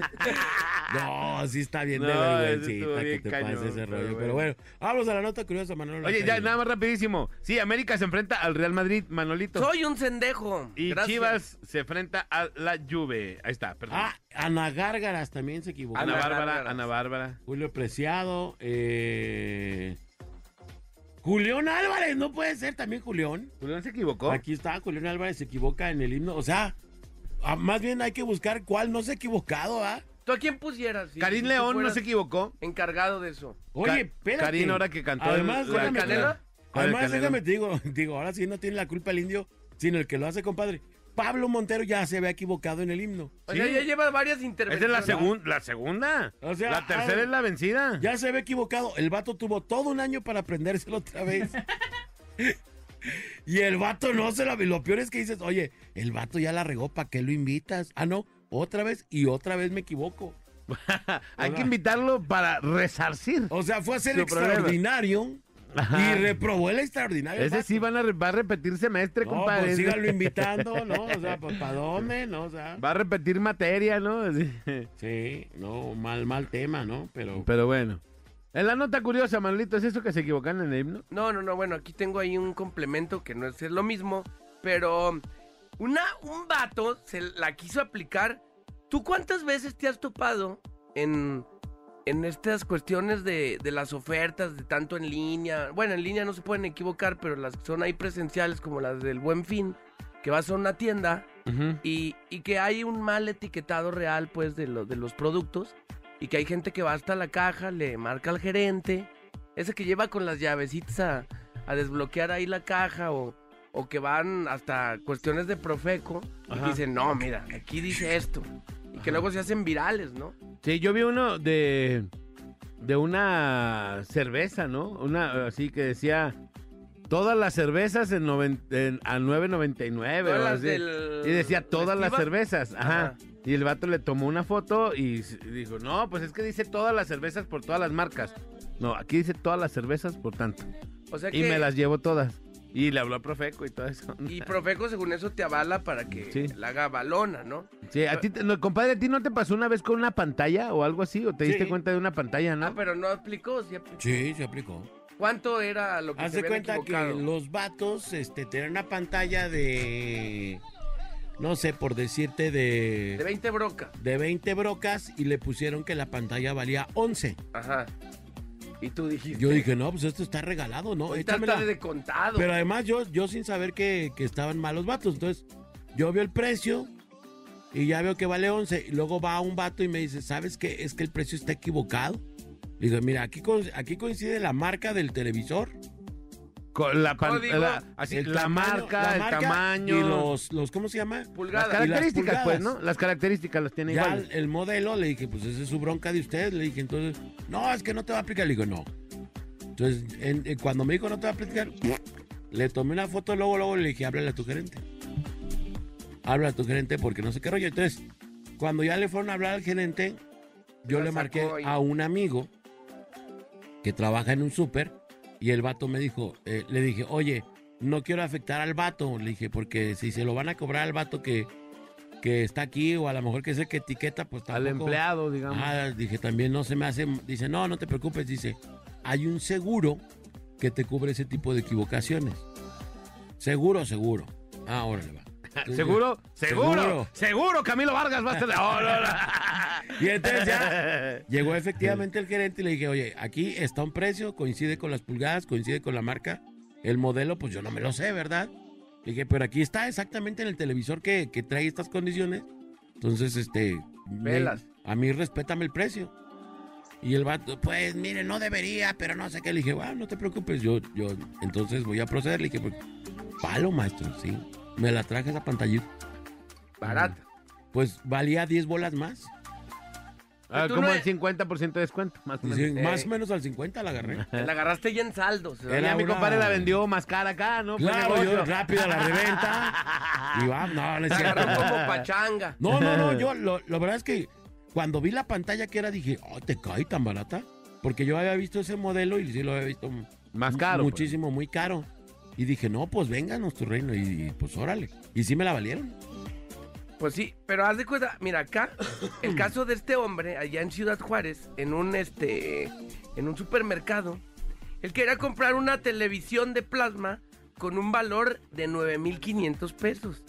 S2: No, sí está bien de
S5: Ah. No, ese estuvo
S2: vergüencita que
S5: bien
S2: te
S5: cañón,
S2: pase ese
S5: pero
S2: rollo. Pero,
S5: bueno.
S2: bueno, vamos a la nota curiosa, Manolo.
S5: Oye, ya
S2: Lacayo.
S5: nada más rapidísimo. Sí, América se enfrenta al Real Madrid, Manolito.
S3: Soy un sendejo.
S5: y
S3: Gracias.
S5: Chivas se enfrenta a la Juve. Ahí está, perdón.
S2: Ah, Ana Gárgaras también se equivocó.
S5: Ana,
S3: Ana
S5: Bárbara,
S3: Bárbara.
S5: Ana Bárbara.
S2: Julio Preciado. Eh... Julián Álvarez, no puede ser también Julián.
S5: Julián se equivocó.
S2: Aquí está, Julián Álvarez se equivoca en el himno. O sea, ah, más bien hay que buscar cuál no se ha equivocado, ¿ah?
S3: ¿Tú a quién pusieras? si- si
S5: Karim
S3: tú
S5: León no
S3: fueras
S5: se equivocó.
S3: Encargado de eso.
S2: Oye,
S5: Ca-
S2: espérate.
S5: Karim, ahora que cantó
S2: Además,
S5: el- la
S2: déjame-
S5: Canelo.
S2: Además,
S5: El Canelo.
S2: déjame te digo, digo, ahora sí no tiene la culpa el indio, sino el que lo hace, compadre. Pablo Montero ya se había equivocado en el himno.
S3: O sea,
S5: Sí.
S3: ya lleva varias
S5: Esa es
S3: intervenciones.
S5: la, segun- la segunda.
S2: O sea,
S5: la tercera
S2: ah,
S5: es la vencida.
S2: Ya se había equivocado. El vato tuvo todo un año para aprendérselo otra vez. y el vato no se la... Lo peor es que dices, oye, el vato ya la regó, ¿para qué lo invitas? Ah, no, otra vez y otra vez me equivoco.
S5: Hay que invitarlo para resarcir.
S2: O sea, fue a ser
S5: Su problema.
S2: extraordinario
S5: Ajá.
S2: y reprobó el extraordinario.
S5: Ese
S2: vato.
S5: sí van a re- va a repetir semestre,
S2: No,
S5: Este compadre.
S2: pues síganlo invitando, ¿no? O sea, ¿para dónde? No, o sea...
S5: Va a repetir materia, ¿no? Así.
S2: Sí, no, mal, mal tema, ¿no? Pero...
S5: Pero bueno. En la nota curiosa, Manolito, ¿es eso que se equivocan en el himno?
S3: No, no, no, bueno, aquí tengo ahí un complemento que no es lo mismo, pero una, un vato se la quiso aplicar. ¿Tú cuántas veces te has topado en, en estas cuestiones de, de las ofertas, de tanto en línea? Bueno, en línea no se pueden equivocar, pero las que son ahí presenciales, como las del Buen Fin, que vas a una tienda y, y que hay un mal etiquetado real, pues, de, lo- de los productos. Y que hay gente que va hasta la caja, le marca al gerente. Ese que lleva con las llavecitas a, a desbloquear ahí la caja o, o que van hasta cuestiones de profeco y
S5: Ajá.
S3: dicen, no, mira, aquí dice esto. Y que luego se hacen virales, ¿no?
S5: Sí, yo vi uno de de una cerveza, ¿no? Una así que decía todas las cervezas en noven- en- a 9.99
S3: Todas
S5: o
S3: las
S5: así.
S3: del-
S5: y decía todas las
S3: ¿Festiva?
S5: cervezas, ajá.
S3: Ajá.
S5: Y el vato le tomó una foto y s- y dijo, "No, pues es que dice todas las cervezas por todas las marcas." No, aquí dice todas las cervezas por tanto.
S3: O sea
S5: Y
S3: que-
S5: me las llevo todas. Y le habló a Profeco y todo eso.
S3: Y Profeco, según eso, te avala para que
S5: Sí.
S3: la haga balona, ¿no?
S5: Sí, a ti, te- no, compadre, ¿a ti no te pasó una vez con una pantalla o algo así? ¿O te diste
S2: Sí.
S5: cuenta de una pantalla, no?
S3: Ah, pero no aplicó. sí aplicó.
S2: Sí, se aplicó.
S3: ¿Cuánto era lo que
S2: Haz
S3: se
S2: de
S3: habían
S2: cuenta
S3: equivocado?
S2: que los vatos este, tienen una pantalla de. No sé, por decirte,
S3: De
S2: de.
S3: 20 broca.
S2: De 20 brocas y le pusieron que la pantalla valía 11.
S3: Ajá. Y tú dijiste.
S2: Yo dije, no, pues esto está regalado, ¿no?
S3: "Hoy
S2: Échamela".
S3: Pues trata de contado.
S2: Pero además yo, yo sin saber que, que estaban malos vatos. Entonces, yo veo el precio y ya veo que vale 11. Y luego va un vato y me dice, ¿sabes qué? Es que el precio está equivocado. Le digo, mira, aquí, co- aquí coincide la marca del televisor.
S5: Con la pan-
S3: Código,
S5: la- así,
S2: el
S5: la
S2: tamaño-
S5: marca,
S2: la
S5: el
S2: marca
S5: tamaño.
S2: Y los, los ¿cómo se llama?
S5: las
S3: Pulgada.
S2: cara- y las
S5: características, pues, ¿no?
S2: pulgadas.
S5: Las características las tiene
S2: Ya
S5: igual.
S2: el, el modelo, le dije, pues esa es su bronca de ustedes. Le dije, entonces, no, es que no te va a aplicar. Le digo, no. Entonces, en- en- cuando me dijo no te va a aplicar, le tomé una foto, luego, luego le dije, háblale a tu gerente. Háblale a tu gerente porque no sé qué rollo. Entonces, cuando ya le fueron a hablar al gerente, yo
S3: La
S2: le
S3: sacó
S2: marqué
S3: ahí.
S2: a un amigo que trabaja en un súper y el vato me dijo, eh, le dije, oye, no quiero afectar al vato. Le dije, porque si se lo van a cobrar al vato que, que está aquí o a lo mejor que es el que etiqueta, pues
S5: Al
S2: tampoco.
S5: empleado, digamos.
S2: Ah, dije, también no se me hace. Dice, no, no te preocupes. Dice, hay un seguro que te cubre ese tipo de equivocaciones. Seguro, seguro. Ah, órale, va. Entonces,
S5: ¿Seguro? ¿Seguro? ¿Seguro?
S2: Seguro.
S5: Camilo Vargas va a estar... No, no, no.
S2: Y entonces ya llegó efectivamente el gerente y le dije, oye, aquí está un precio, coincide con las pulgadas, coincide con la marca. El modelo, pues yo no me lo sé, ¿verdad? Le dije, pero aquí está exactamente en el televisor que, que trae estas condiciones. Entonces, este... me-
S3: Pelas.
S2: a mí respétame el precio. Y el vato, pues mire, no debería, pero no sé qué. Le dije, bueno, no te preocupes, yo, yo entonces voy a proceder. Le dije, pues, palo, maestro, sí. Me la traje esa pantallita.
S3: Barata.
S2: Pues valía 10 bolas más.
S5: Ah,
S3: Tú
S5: como
S3: no
S5: el
S3: es-
S5: 50% de descuento, más o menos. Eh,
S2: Dicen, Más o menos al 50 la agarré.
S3: Te La agarraste ya en saldos.
S2: Era
S5: Ya mi
S2: una-
S5: compadre la vendió más cara acá, ¿no? Fue
S2: Claro,
S5: negocio.
S2: yo rápida la reventa. Y va, no, no es
S3: Te
S2: cierto.
S3: agarró como pachanga.
S2: No, no, no, yo lo, la verdad es que cuando vi la pantalla que era dije, ay, te cae tan barata. Porque yo había visto ese modelo y sí lo había visto mu-
S5: Más caro. pues.
S2: muchísimo, muy caro. Y dije, no, pues vénganos tu reino. Y, y, pues órale. Y sí me la valieron.
S3: Pues sí, pero haz de cuenta, mira, acá, el caso de este hombre, allá en Ciudad Juárez, en un este, en un supermercado, él quería comprar una televisión de plasma con un valor de 9.500 pesos.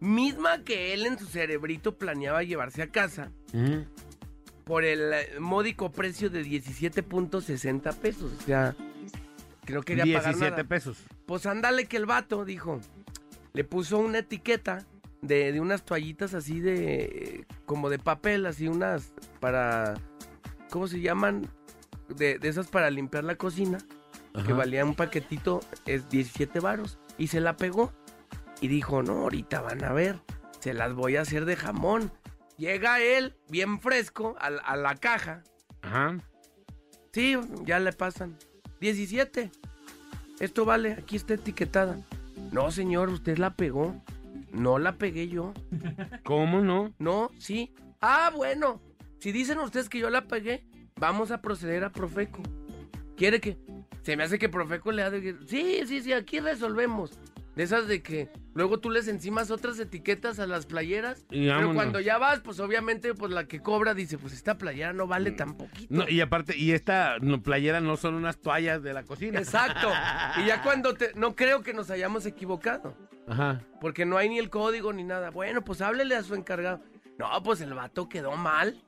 S3: Misma que él en su cerebrito planeaba llevarse a casa
S2: Ujú.
S3: por el eh, módico precio de 17.60 pesos. O sea, que no quería pagar
S5: 17
S3: nada.
S5: pesos.
S3: Pues ándale que el vato, dijo. Le puso una etiqueta de, de unas toallitas así de. como de papel, así unas para. ¿Cómo se llaman? De, de esas para limpiar la cocina. Que valía un paquetito, es 17 varos. Y se la pegó. Y dijo, no, ahorita van a ver. Se las voy a hacer de jamón. Llega él, bien fresco, a, la- a la caja.
S5: Ajá.
S3: Sí, ya le pasan. 17. Esto vale, aquí está etiquetada. No, señor, usted la pegó. No la pegué yo.
S5: ¿Cómo no?
S3: No, sí. Ah, bueno. Si dicen ustedes que yo la pegué, vamos a proceder a Profeco. ¿Quiere que? Se me hace que Profeco le ha de... Sí, sí, sí, aquí resolvemos. De esas de que luego tú les encimas otras etiquetas a las playeras.
S5: Y
S3: Pero
S5: vámonos.
S3: cuando ya vas, pues obviamente pues la que cobra dice, pues esta playera no vale tan poquito.
S5: No, y aparte, y esta no, playera no son unas toallas de la cocina.
S3: Exacto. Y ya cuando te... No creo que nos hayamos equivocado.
S5: Ajá.
S3: Porque no hay ni el código ni nada. Bueno, pues háblele a su encargado. No, pues el vato quedó mal.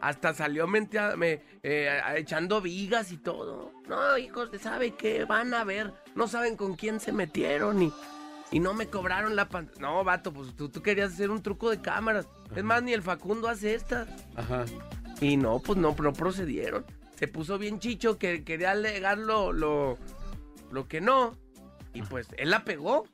S3: Hasta salió mentea- me- eh, a- echando vigas y todo. No, hijos, de sabe qué? Van a ver. No saben con quién se metieron y, y no me cobraron la pantalla. No, vato, pues tú, tú querías hacer un truco de cámaras. Es más, ni el Facundo hace estas.
S5: Ajá.
S3: Y no, pues no, no procedieron. Se puso bien chicho que quería alegar lo, lo, lo que no. Y pues él la pegó.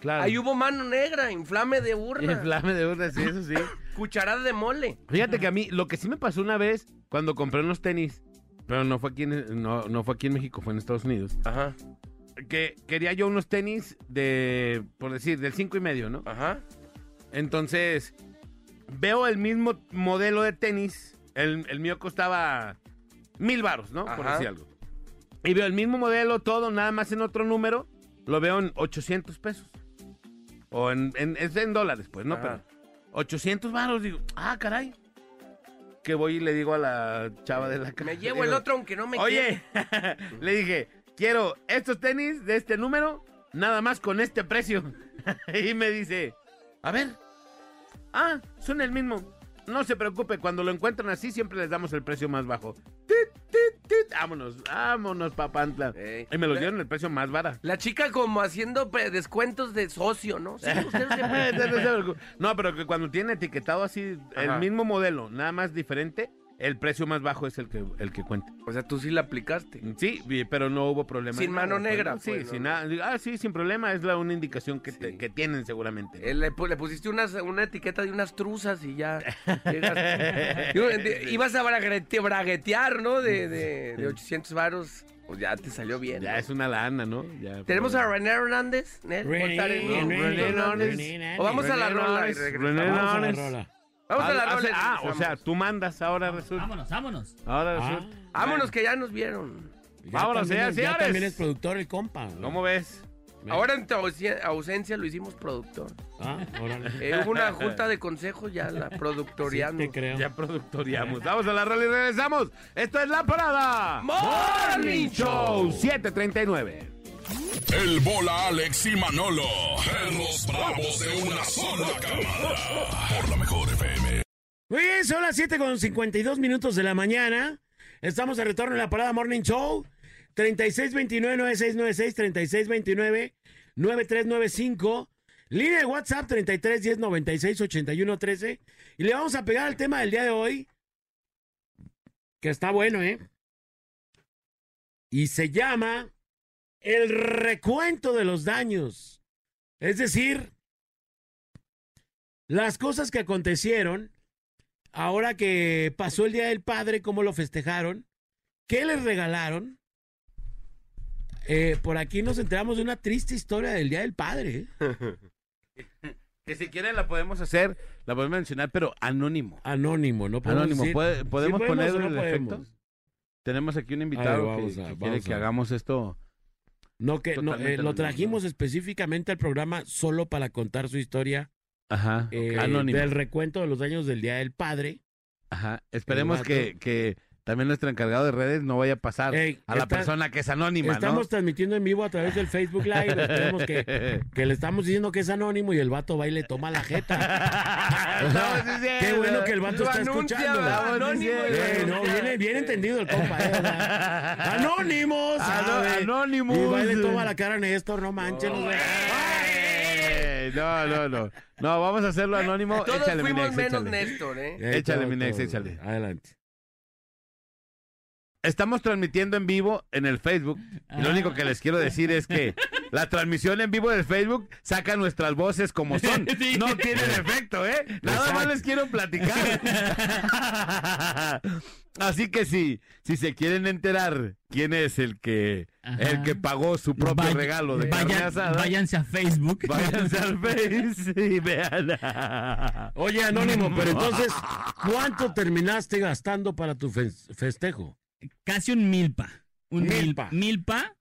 S5: Claro.
S3: Ahí hubo mano negra, inflame de burla,
S5: Inflame de burla, sí, eso sí.
S3: cucharada de mole.
S5: Fíjate que a mí, lo que sí me pasó una vez cuando compré unos tenis, pero no fue aquí en, no, no fue aquí en México, fue en Estados Unidos,
S3: Ajá,
S5: que quería yo unos tenis de, por decir, del cinco y medio, ¿no?
S3: ajá.
S5: Entonces, veo el mismo modelo de tenis. El, el mío costaba mil baros, ¿no? Por
S3: Ajá.
S5: decir algo. Y veo el mismo modelo, todo, nada más en otro número. Lo veo en 800 pesos. O en, en- es en dólares, pues, ¿no?
S3: Ajá.
S5: Pero 800 baros, digo, ah, caray. Que voy y le digo a la chava de la casa.
S3: Me llevo el otro aunque no me
S5: Oye, le dije, quiero estos tenis de este número, nada más con este precio. y me dice, a ver, ah, son el mismo. No se preocupe, cuando lo encuentran así siempre les damos el precio más bajo. Tit, tit, tit. Vámonos, vámonos, papantla.
S3: Ey.
S5: Y me los dieron el precio más barato.
S3: La chica como haciendo pre- descuentos de socio, ¿no? Sí, ustedes
S5: Eh,
S3: siempre-
S5: no se preocupe. no, pero que cuando tienen etiquetado así
S3: Ajá.
S5: el mismo modelo, nada más diferente, el precio más bajo es el que, el que cuenta.
S3: o sea, tú sí la aplicaste.
S5: Mm, Sí, y- pero no hubo problema.
S3: Sin mano negra,
S5: Sí,
S3: pues, ¿no?
S5: sin nada. Digo, Ah, sí, sin problema. Es la una indicación que, te-
S3: Sí.
S5: que tienen seguramente.
S3: Eh, le, pu- le pusiste unas- una etiqueta de unas truzas y ya. llegas- Yo- de- Ibas a braguete- braguetear, ¿no? De, de, de 800 varos. Pues ya te salió bien.
S5: Ya
S3: ¿no?
S5: es una lana, ¿no? Ya,
S3: Tenemos
S5: pero-
S3: a René Hernández. Nel,
S2: René,
S3: Voltarenía.
S2: René, René
S3: O vamos a la
S5: René
S3: rola. y
S5: Hernández,
S3: regresamos.
S5: René
S2: Vamos a la
S5: Hernández.
S2: rola.
S3: Vamos a la
S5: Ah,
S3: rola. y
S5: Ah, o
S3: regresamos.
S5: sea, tú mandas ahora resulta.
S4: Vámonos, vámonos.
S5: Ahora
S2: Ah,
S5: resulta.
S3: Vámonos que ya nos vieron.
S2: ya
S5: Vámonos, señoras
S2: también es-
S5: y
S2: ya
S5: señores.
S2: también es productor el compa. güey.
S5: ¿Cómo ves?
S2: Ven.
S3: Ahora en tu ausi- ausencia lo hicimos productor.
S2: Ah, órale.
S3: Eh, hubo una junta de consejo ya la
S2: Sí,
S3: productoriando.
S2: te creo.
S5: Ya productoriamos. Vamos a la rola y regresamos. Esto es La Parada.
S3: Morning
S5: Show 739.
S9: El bola Alex y Manolo. Perros bravos de una sola camada. Por la mejor FM.
S2: Muy bien, son las 7 con 52 minutos de la mañana. Estamos de retorno en la parada Morning Show. 3629-9696, 3629-9395. Línea de WhatsApp 3310-968113. Y le vamos a pegar al tema del día de hoy. Que está bueno, ¿eh? Y se llama el recuento de los daños. Es decir, las cosas que acontecieron ahora que pasó el Día del Padre, cómo lo festejaron, qué les regalaron. Eh, por aquí nos enteramos de una triste historia del Día del Padre. ¿eh?
S5: Que si quieren la podemos hacer, la podemos mencionar, pero anónimo.
S2: Anónimo, ¿no? podemos
S5: Anónimo,
S2: decir-
S5: ¿puede- podemos
S2: ¿sí
S5: poner
S2: o no
S5: el
S2: podemos?
S5: efecto? Tenemos aquí un
S2: Ahí,
S5: invitado
S2: vamos
S5: que,
S2: a-
S5: que quiere
S2: vamos
S5: que
S2: a-
S5: hagamos esto.
S2: No, que no,
S5: Totalmente
S2: eh, lo
S5: anónimo.
S2: trajimos específicamente al programa solo para contar su historia
S5: Ajá,
S2: eh,
S5: anónimo.
S2: del recuento de los años del Día del Padre.
S5: Ajá. Esperemos
S2: el
S5: que,
S2: vato.
S5: que también nuestro encargado de redes no vaya a pasar
S2: Ey,
S5: a la
S2: está-
S5: persona que es anónima,
S2: estamos transmitiendo en vivo a través del Facebook
S5: ¿no?
S2: Live. Esperemos que, que le estamos diciendo que es anónimo y el vato va y le toma la jeta. Qué bueno que el vato está escuchando.
S5: ¿verdad? Anónimo,
S2: Eh, no, viene, bien entendido el compa. eh, o sea, anónimos. ¿sabe?
S5: Anónimo.
S2: Y va y le toma la cara a Néstor, no manches. no, güey.
S5: Ey, No, no, no. No, vamos a hacerlo anónimo.
S3: Todos
S5: échale, mi
S3: fuimos
S5: Nex,
S3: menos
S5: échale.
S3: Néstor, ¿eh?
S2: Eh,
S5: Échale,
S2: todo,
S5: mi Nex,
S2: todo.
S5: échale.
S2: Adelante.
S5: Estamos transmitiendo en vivo en el Facebook. Y lo único que les quiero decir es que la transmisión en vivo del Facebook saca nuestras voces como son.
S4: Sí.
S5: No tienen efecto, ¿eh? Nada más les quiero platicar. Así que sí, si se quieren enterar quién es el que
S4: Ajá.
S5: el que pagó su propio
S4: Pues Vaya-
S5: regalo de
S4: vayan-
S5: carne asada,
S4: Váyanse a Facebook.
S5: váyanse al Face y vean.
S2: Oye, Anónimo, pero entonces, ¿cuánto terminaste gastando para tu fe- festejo?
S4: Casi un milpa. Un
S2: Milpa.
S4: milpa. Milpa.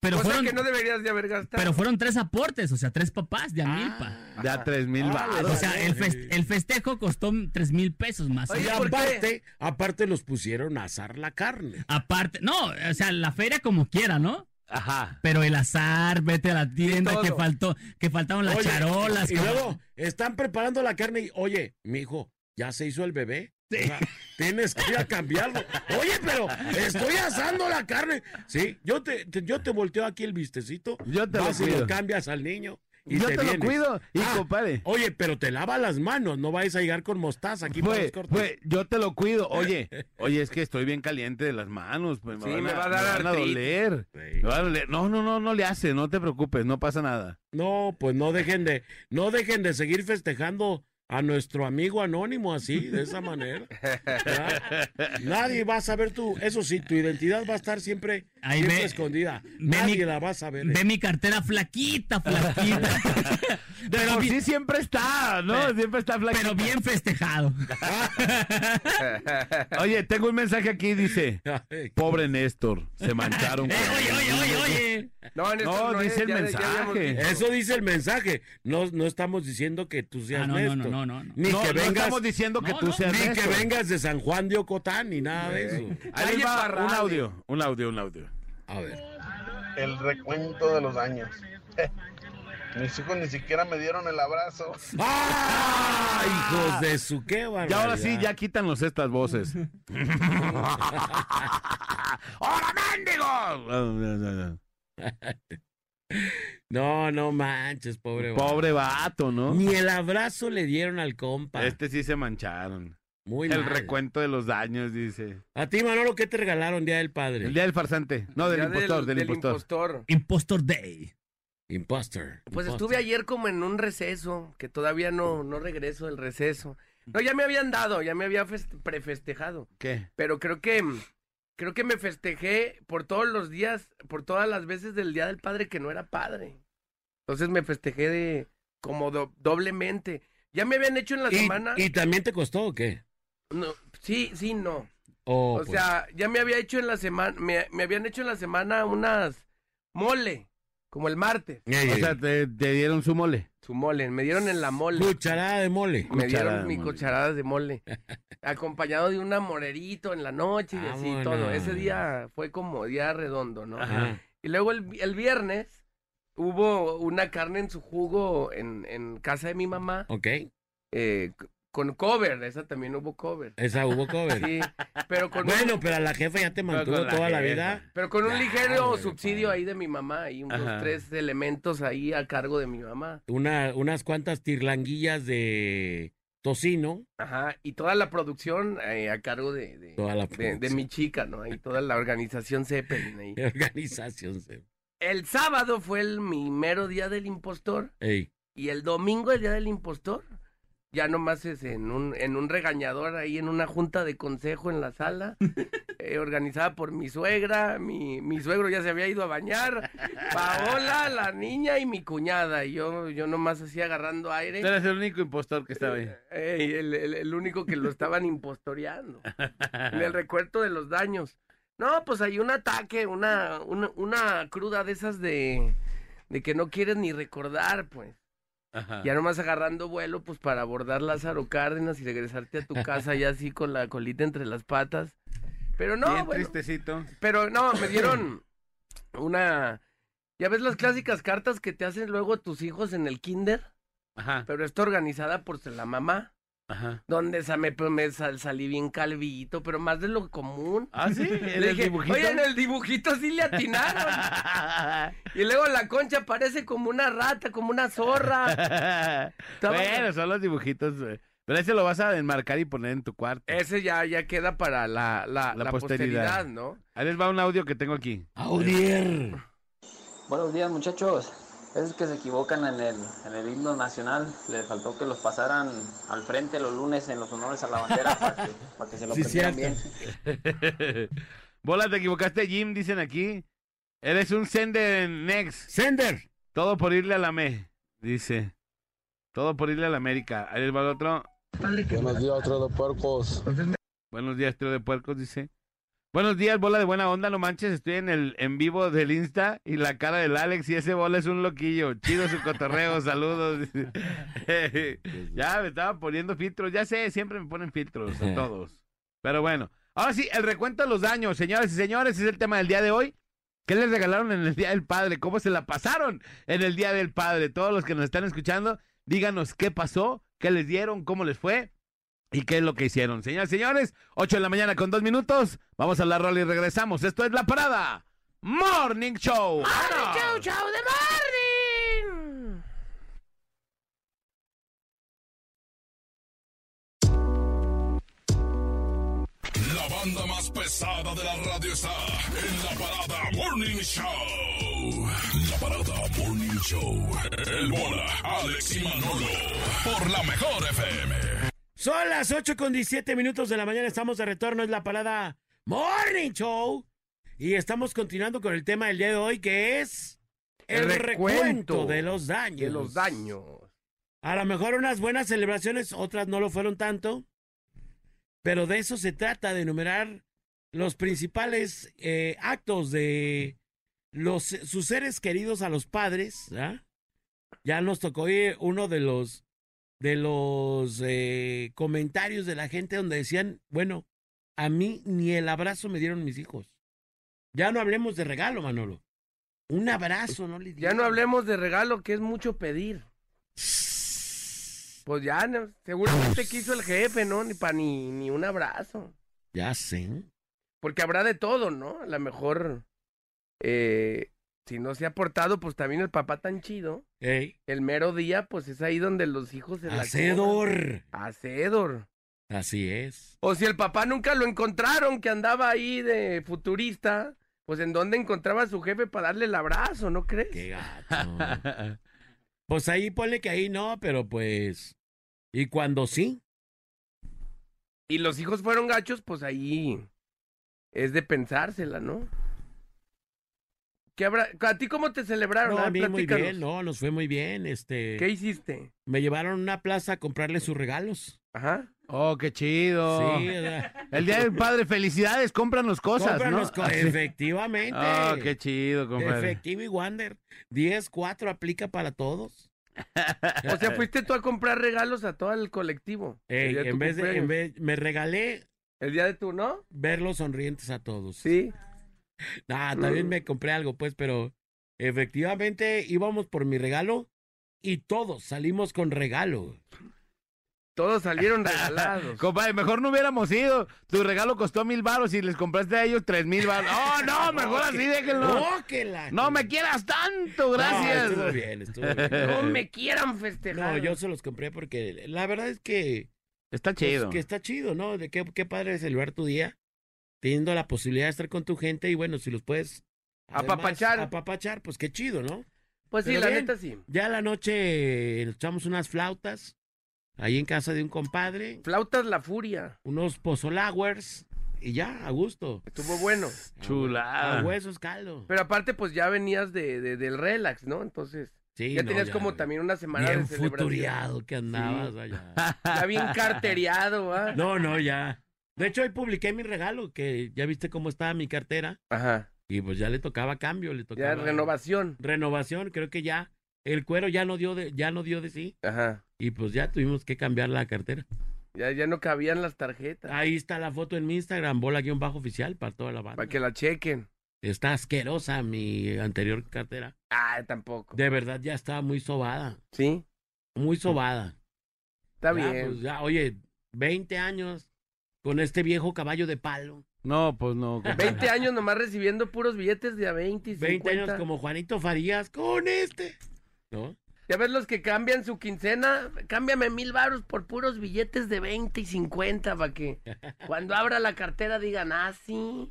S4: Pero
S3: Cosa
S4: fueron,
S3: que no deberías de haber gastado.
S4: pero fueron tres aportes, o sea, tres papás de a milpa.
S5: Da tres mil baros.
S4: O sea, el, fes- el festejo costó tres mil pesos más.
S2: Y
S3: Oye, ¿por qué?
S2: aparte, aparte los pusieron a asar la carne.
S4: Aparte, no, o sea, la feria como quiera, ¿no?
S5: Ajá.
S4: Pero el azar, vete a la tienda,
S3: todo.
S4: que faltó, que faltaron las
S2: Oye,
S4: charolas.
S2: Y
S4: que-
S2: luego están preparando la carne y, oye, mijo, ya se hizo el bebé. O sea, tienes que ir a cambiarlo. Oye, pero estoy asando la carne. Sí, yo te, te- yo te volteo aquí el vistecito.
S5: Yo te lo
S2: vas y lo
S5: cuido.
S2: cambias al niño. Y
S5: Yo te lo
S2: vienes.
S5: cuido, y
S2: Ah,
S5: compadre.
S2: Oye, pero te lava las manos. No vayas a llegar con mostaza aquí por
S5: Güey,
S2: los cortes.
S5: güey, yo te lo cuido. Oye, oye, es que estoy bien caliente de las manos. Pues,
S3: Sí, me va a dar
S5: van a
S3: artritis.
S5: doler.
S2: Sí.
S5: Me va a doler. No, no, no, no le hace. No te preocupes, no pasa nada.
S2: No, pues no dejen de, no dejen de seguir festejando a nuestro amigo anónimo así, de esa manera. ¿verdad? Nadie va a saber tu, eso sí, tu identidad va a estar siempre,
S4: Ahí
S2: siempre
S4: ve-
S2: escondida.
S4: ve
S2: Nadie
S4: mi-
S2: la va a saber. ¿eh?
S4: Ve mi cartera flaquita, flaquita.
S5: Pero
S4: pero,
S5: sí
S4: bien,
S5: siempre está, ¿no?
S4: Pero-
S5: siempre está flaquito.
S4: pero bien festejado.
S5: Oye, tengo un mensaje aquí, dice.
S2: Ay,
S5: Pobre Néstor, se mancharon.
S4: Eh,
S5: con-
S4: oye, oye, oye, oye.
S3: No, Néstor,
S5: No,
S3: es,
S5: dice el
S3: ya- ya
S5: mensaje.
S3: habíamos dicho.
S2: Eso dice el mensaje. No, no estamos diciendo que tú seas
S4: Ah, no, no,
S2: Néstor.
S4: no, no, no, no.
S2: Ni
S5: No,
S2: que
S5: no
S2: vengas,
S5: estamos diciendo que
S4: No,
S5: tú
S4: no,
S5: seas
S2: ni que
S5: Néstor.
S2: vengas de San Juan de Ocotán, ni nada de eso.
S5: Ahí
S3: Calle
S5: va
S3: Parral,
S5: un
S3: eh.
S5: audio, un audio, un audio.
S2: A ver.
S10: El recuento de los años. Mis hijos ni siquiera me dieron el abrazo.
S2: ¡Ah! Hijos de su qué barbaridad.
S5: Y ahora sí, ya quítanos estas voces. ¡Hola, mendigos! No, no, no, no.
S2: No, no manches, pobre. vato.
S5: Pobre vato, ¿no?
S2: Ni el abrazo le dieron al compa.
S5: Este sí se mancharon.
S2: Muy
S5: El
S2: mal.
S5: recuento de los daños, dice.
S2: A ti, Manolo, ¿qué te regalaron Día del Padre?
S5: El día del farsante. No, del
S3: Ya
S5: impostor, del,
S3: del
S5: impostor.
S3: impostor.
S4: Impostor Day.
S2: Imposter.
S3: Pues
S2: Imposter.
S3: estuve ayer como en un receso, que todavía no, no regreso del receso. No, ya me habían dado, ya me había fest- prefestejado.
S5: ¿Qué?
S3: Pero creo que creo que me festejé por todos los días, por todas las veces del Día del Padre que no era padre. Entonces me festejé de como do- doblemente. Ya me habían hecho en la semana.
S2: ¿Y, y también te costó o qué?
S3: No, sí, sí, no.
S2: Oh,
S3: o
S2: pues,
S3: sea, ya me había hecho en la semana, me, me habían hecho en la semana unas mole, como el martes.
S2: ey,
S5: O
S2: ey,
S5: sea, te, te dieron su mole.
S3: Su mole, me dieron en la mole.
S2: cucharada de mole.
S3: Me
S5: Cucharada
S3: dieron
S5: de
S3: mis
S5: mole.
S3: cucharadas de mole. acompañado de un amorerito en la noche y así
S2: Vámonos.
S3: todo. Ese día fue como día redondo, ¿no?
S2: Ah, Ajá.
S3: Y luego el, vi- el viernes hubo una carne en su jugo en, en casa de mi mamá
S2: Ok.
S3: eh, c- con cover. Esa también hubo cover.
S2: Esa hubo cover.
S3: Sí, pero con,
S2: Bueno,
S3: un,
S2: pero a la jefa ya te mantuvo
S5: con la
S2: toda la
S5: jefa.
S2: vida.
S3: pero con un
S2: Ya,
S3: ligero
S2: güey,
S3: subsidio
S2: padre.
S3: ahí de mi mamá y unos
S5: Ajá.
S3: tres elementos ahí a cargo de mi mamá.
S2: Una, unas cuantas tirlanguillas de tocino.
S3: Ajá, y toda la producción eh, a cargo de, de-
S2: Toda la
S3: de- de
S2: producción.
S3: mi chica, ¿no? Y toda la organización Zeppelin ahí.
S2: Organización. se-
S3: El sábado fue el mi mero día del impostor
S2: Ey.
S3: y el domingo el día del impostor ya nomás es en un, en un regañador ahí en una junta de consejo en la sala, eh, organizada por mi suegra, mi, mi suegro ya se había ido a bañar, Paola, la niña y mi cuñada, y yo, yo nomás así agarrando aire.
S5: Tú eres el único impostor que estaba ahí.
S3: Este, Ey, el, el- el único que lo estaban impostoreando. En el recuerdo de los daños. No, pues hay un ataque, una, una, una cruda de esas de, de que no quieres ni recordar, pues.
S5: Ajá.
S3: Ya nomás agarrando vuelo, pues para abordar Lázaro Cárdenas y regresarte a tu casa ya así con la colita entre las patas. Pero no,
S5: Bien
S3: bueno,
S5: tristecito.
S3: pero no, me dieron una... Ya ves las clásicas cartas que te hacen luego tus hijos en el kinder,
S5: Ajá,
S3: pero está organizada por la mamá.
S5: ajá.
S3: Donde sa- me, me sal- salí bien calvito, pero más de lo común.
S5: ¿Ah, sí? ¿En
S3: Le
S5: el
S3: dije,
S5: dibujito?
S3: Oye, en el dibujito sí le atinaron. y luego la concha parece como una rata, como una zorra.
S5: bueno, son los dibujitos. eh. Pero ese lo vas a enmarcar y poner en tu cuarto.
S3: Ese ya, ya queda para la, la,
S5: La
S3: la
S5: posteridad.
S3: posteridad. ¿no?
S5: Ahí les va un audio que tengo aquí.
S2: Audier.
S11: Buenos días muchachos, es que se equivocan en el, en el himno nacional, les faltó que los pasaran al frente los lunes en los honores a la bandera para que, para que se lo
S2: Sí,
S11: aprendieran
S2: cierto.
S11: bien.
S5: Bola, te equivocaste, Jim, dicen aquí. Eres un sender en next.
S2: Sender.
S5: Todo por irle a la ME, dice. Todo por irle a la América. Ahí les va el otro.
S12: Buenos días, otro de puercos.
S5: Buenos días, trío de puercos, dice. Buenos días, bola de buena onda, no manches, estoy en el en vivo del Insta y la cara del Alex y ese bola es un loquillo. Chido su cotorreo, saludos. ya me estaba poniendo filtros, ya sé, siempre me ponen filtros a todos. Pero bueno, ahora sí, el recuento de los daños, señoras y señores, es el tema del día de hoy. ¿Qué les regalaron en el Día del Padre? ¿Cómo se la pasaron en el Día del Padre? Todos los que nos están escuchando, díganos qué pasó, qué les dieron, cómo les fue y qué es lo que hicieron. Señoras y señores, 8 de la mañana con 2 minutos. Vamos a la rola y regresamos. Esto es La Parada Morning Show. ¡Vámonos!
S3: chau de morning!
S9: La banda más pesada de la radio está en la parada Morning Show. La parada Morning Show. El bola, Alex y Manolo. Por la mejor FM.
S2: Son las 8 con 17 minutos de la mañana, estamos de retorno, es la parada Morning Show. Y estamos continuando con el tema del día de hoy, que es el,
S3: El
S2: recuento,
S3: recuento
S2: de los daños.
S3: De los daños.
S2: A lo mejor unas buenas celebraciones, otras no lo fueron tanto, pero de eso se trata, de enumerar los principales eh, actos de los, sus seres queridos a los padres. ¿ah? Ya nos tocó oír uno de los, de los eh, comentarios de la gente donde decían, bueno, a mí ni el abrazo me dieron mis hijos. Ya no hablemos de regalo, Manolo. Un abrazo, no le
S3: Ya no hablemos de regalo, que es mucho pedir. Pues ya, no, seguramente quiso el jefe, ¿no? Ni para ni, ni un abrazo.
S2: Ya sé.
S3: Porque habrá de todo, ¿no? A lo mejor, eh, si no se ha portado, pues también el papá tan chido.
S2: Ey,
S3: El mero día, pues es ahí donde los hijos se la
S2: hacedor.
S3: coman. Hacedor.
S2: Así es.
S3: O si el papá nunca lo encontraron, que andaba ahí de futurista, pues en dónde encontraba a su jefe para darle el abrazo, ¿no crees?
S2: Qué gato. pues ahí ponle que ahí no, pero pues. Y cuando sí,
S3: y los hijos fueron gachos, pues ahí es de pensársela, ¿no? ¿Qué habrá? ¿A ti cómo te celebraron?
S2: no,
S3: A
S2: a
S3: ver,
S2: mí muy
S3: platícanos.
S2: bien, no, nos fue muy bien. Este,
S3: ¿Qué hiciste?
S2: me llevaron a una plaza a comprarle sus regalos.
S3: Ajá.
S5: Oh, qué chido.
S2: Sí, o sea,
S5: El Día del Padre, felicidades, cómpranos cosas,
S2: cómpranos
S5: ¿no?
S2: co- efectivamente.
S5: Oh, qué chido, compadre.
S2: Efectivo y Wander. 10, 4 aplica para todos.
S3: O sea, fuiste tú a comprar regalos a todo el colectivo.
S2: Eh. Ey,
S3: el día
S2: en
S3: tu
S2: vez de, en
S3: cumpleaños.
S2: vez, me regalé
S3: El día de tu, ¿no?
S2: verlos sonrientes a todos.
S3: Sí.
S2: Ah, también
S3: Mm.
S2: me compré algo, pues, pero efectivamente íbamos por mi regalo y todos salimos con regalo.
S3: Todos salieron regalados.
S5: Compadre, mejor no hubiéramos ido. Tu regalo costó mil baros y les compraste a ellos tres mil baros. ¡Oh, no! Mejor así déjenlo.
S2: ¡Oh, que la-
S5: Ah. ¡No me quieras tanto!
S2: No,
S5: ¡Gracias!
S2: estuvo bien, estuvo bien.
S3: No me quieran festejar.
S2: No, yo se los compré porque la verdad es que,
S5: Está
S2: pues,
S5: chido.
S2: que está chido, ¿no? De qué, qué padre celebrar tu día, teniendo la posibilidad de estar con tu gente y bueno, si los puedes además,
S3: Apapachar.
S2: apapachar, pues qué chido, ¿no?
S3: Pues sí,
S2: pero
S3: la
S2: bien.
S3: neta sí.
S2: Ya a la noche nos echamos unas flautas ahí en casa de un compadre.
S3: Flautas la furia.
S2: Unos pozolagüers y ya, a gusto.
S3: Estuvo bueno.
S5: Chulada.
S2: A huesos caldo.
S3: Ah. Pero aparte, pues ya venías de, de- del relax, ¿no? Entonces.
S2: Sí,
S3: ya
S2: no,
S3: tenías
S2: ya.
S3: como también una semana
S2: Bien
S3: de celebración.
S2: futureado que andabas
S3: Sí.
S2: allá.
S3: Ya bien carteriado, ¿ah?
S2: No, no, ya. De hecho, hoy publiqué mi regalo, que ya viste cómo estaba mi cartera.
S3: Ajá.
S2: Y pues ya le tocaba cambio, le
S3: Ya
S2: tocaba.
S3: renovación.
S2: Renovación, creo que ya. El cuero ya no dio de, ya no dio de sí.
S3: Ajá.
S2: Y pues ya tuvimos que cambiar la cartera.
S3: Ya, ya no cabían las tarjetas.
S2: Ahí está la foto en mi Instagram, bola-bajo oficial para toda la banda.
S3: Para que la chequen.
S2: Está asquerosa mi anterior cartera.
S3: Ah, tampoco.
S2: De verdad ya estaba muy sobada.
S3: Sí.
S2: Muy sobada.
S3: Está
S2: Ya,
S3: bien.
S2: pues, ya, oye, 20 años con este viejo caballo de palo.
S5: No, pues no. compadre.
S3: 20 años nomás recibiendo puros billetes de a 20 y
S2: 20
S3: 50.
S2: años como Juanito Farías con este. ¿No?
S3: Ya ves los que cambian su quincena, cámbiame mil varos por puros billetes de 20 y 50 para que cuando abra la cartera digan, ah, sí.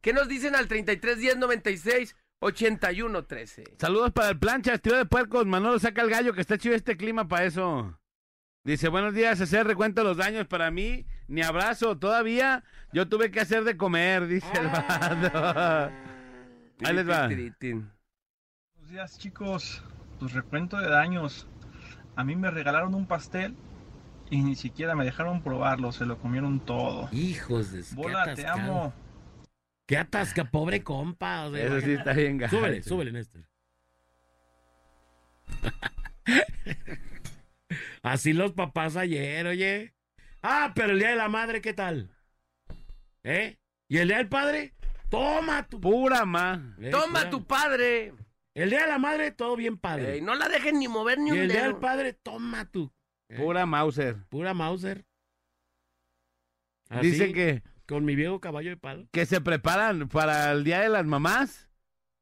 S3: ¿Qué nos dicen al 33 10 96 81 13?
S5: Saludos para el plancha, tío de puercos. Manolo saca el gallo, que está chido este clima para eso. Dice, buenos días, hacer recuento de los daños para mí. Ni abrazo, todavía yo tuve que hacer de comer, dice el vato. Ahí les va.
S13: Buenos días chicos, pues recuento de daños. A mí me regalaron un pastel y ni siquiera me dejaron probarlo, se lo comieron todo.
S2: Hijos de su- qué
S13: Bola, te
S2: atascado.
S13: amo.
S2: Qué atasca, pobre compa. o sea,
S5: Eso sí está bien gacho.
S2: Súbele, súbele, Néstor. Así los papás ayer, oye. Ah, pero el día de la madre, ¿qué tal? ¿Eh? ¿Y el día del padre? Toma tu. Eh,
S5: Pura ma.
S3: Toma tu padre.
S2: El día de la madre, todo bien padre.
S3: Ey, no la dejen ni mover ni
S2: y
S3: un
S2: el día del
S3: dedo.
S2: padre, toma tu.
S5: Pura Mauser.
S2: Pura Mauser. Así,
S5: Dice que,
S2: Con mi viejo caballo de palo.
S5: que se preparan para el Día de las Mamás.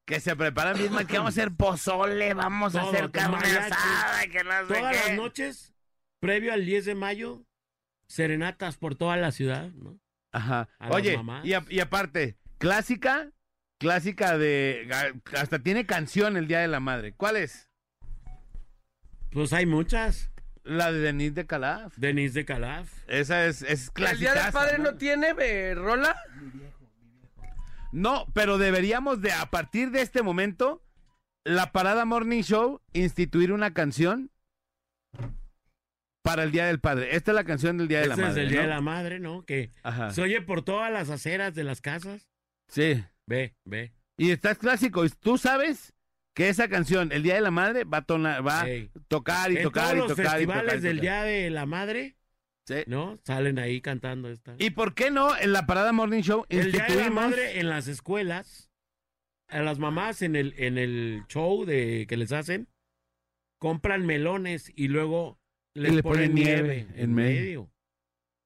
S5: Que se preparan bien, ma, que vamos a hacer pozole, vamos a
S2: Todo,
S5: hacer
S2: con
S5: carne
S2: mariachi.
S5: asada, que no sé
S2: Todas
S5: qué.
S2: las noches, previo al 10 de mayo, serenatas por toda la ciudad, ¿no?
S5: Ajá.
S2: A las
S5: Oye,
S2: mamás.
S5: y, a- y aparte, clásica, clásica de. a- Hasta tiene canción el Día de la Madre. ¿Cuál es?
S2: Pues hay muchas.
S5: La de Denise de Calaf.
S2: Denise de Calaf.
S5: Esa es, es
S3: ¿El día
S5: clásica.
S3: del padre no, tiene eh, rola?
S5: No, pero deberíamos de, a partir de este momento, la Parada Morning Show, instituir una canción para el Día del Padre. Esta es la canción del Día de la
S2: Este es
S5: Madre.
S2: el Día
S5: ¿no? Ah.
S2: de la Madre, ¿no? Que
S5: Ajá.
S2: se oye por todas las aceras de las casas.
S5: Sí.
S2: Ve, ve.
S5: Y estás clásico. y Tú sabes que esa canción, el Día de la Madre, va a, tona- va a
S2: Ey.
S5: tocar y
S2: en
S5: tocar y
S2: todos los
S5: tocar y
S2: festivales
S5: tocar. y
S2: del
S5: tocar.
S2: Día de la Madre,
S5: Sí.
S2: ¿no? Salen ahí cantando esta.
S5: ¿Y por qué no en la Parada Morning Show
S2: El Día de la
S5: instituimos-
S2: Madre en las escuelas, a las mamás en el, en el show de, que les hacen, compran melones y luego les
S5: le
S2: ponen,
S5: ponen nieve
S2: nieve
S5: en
S2: en
S5: medio.
S2: medio.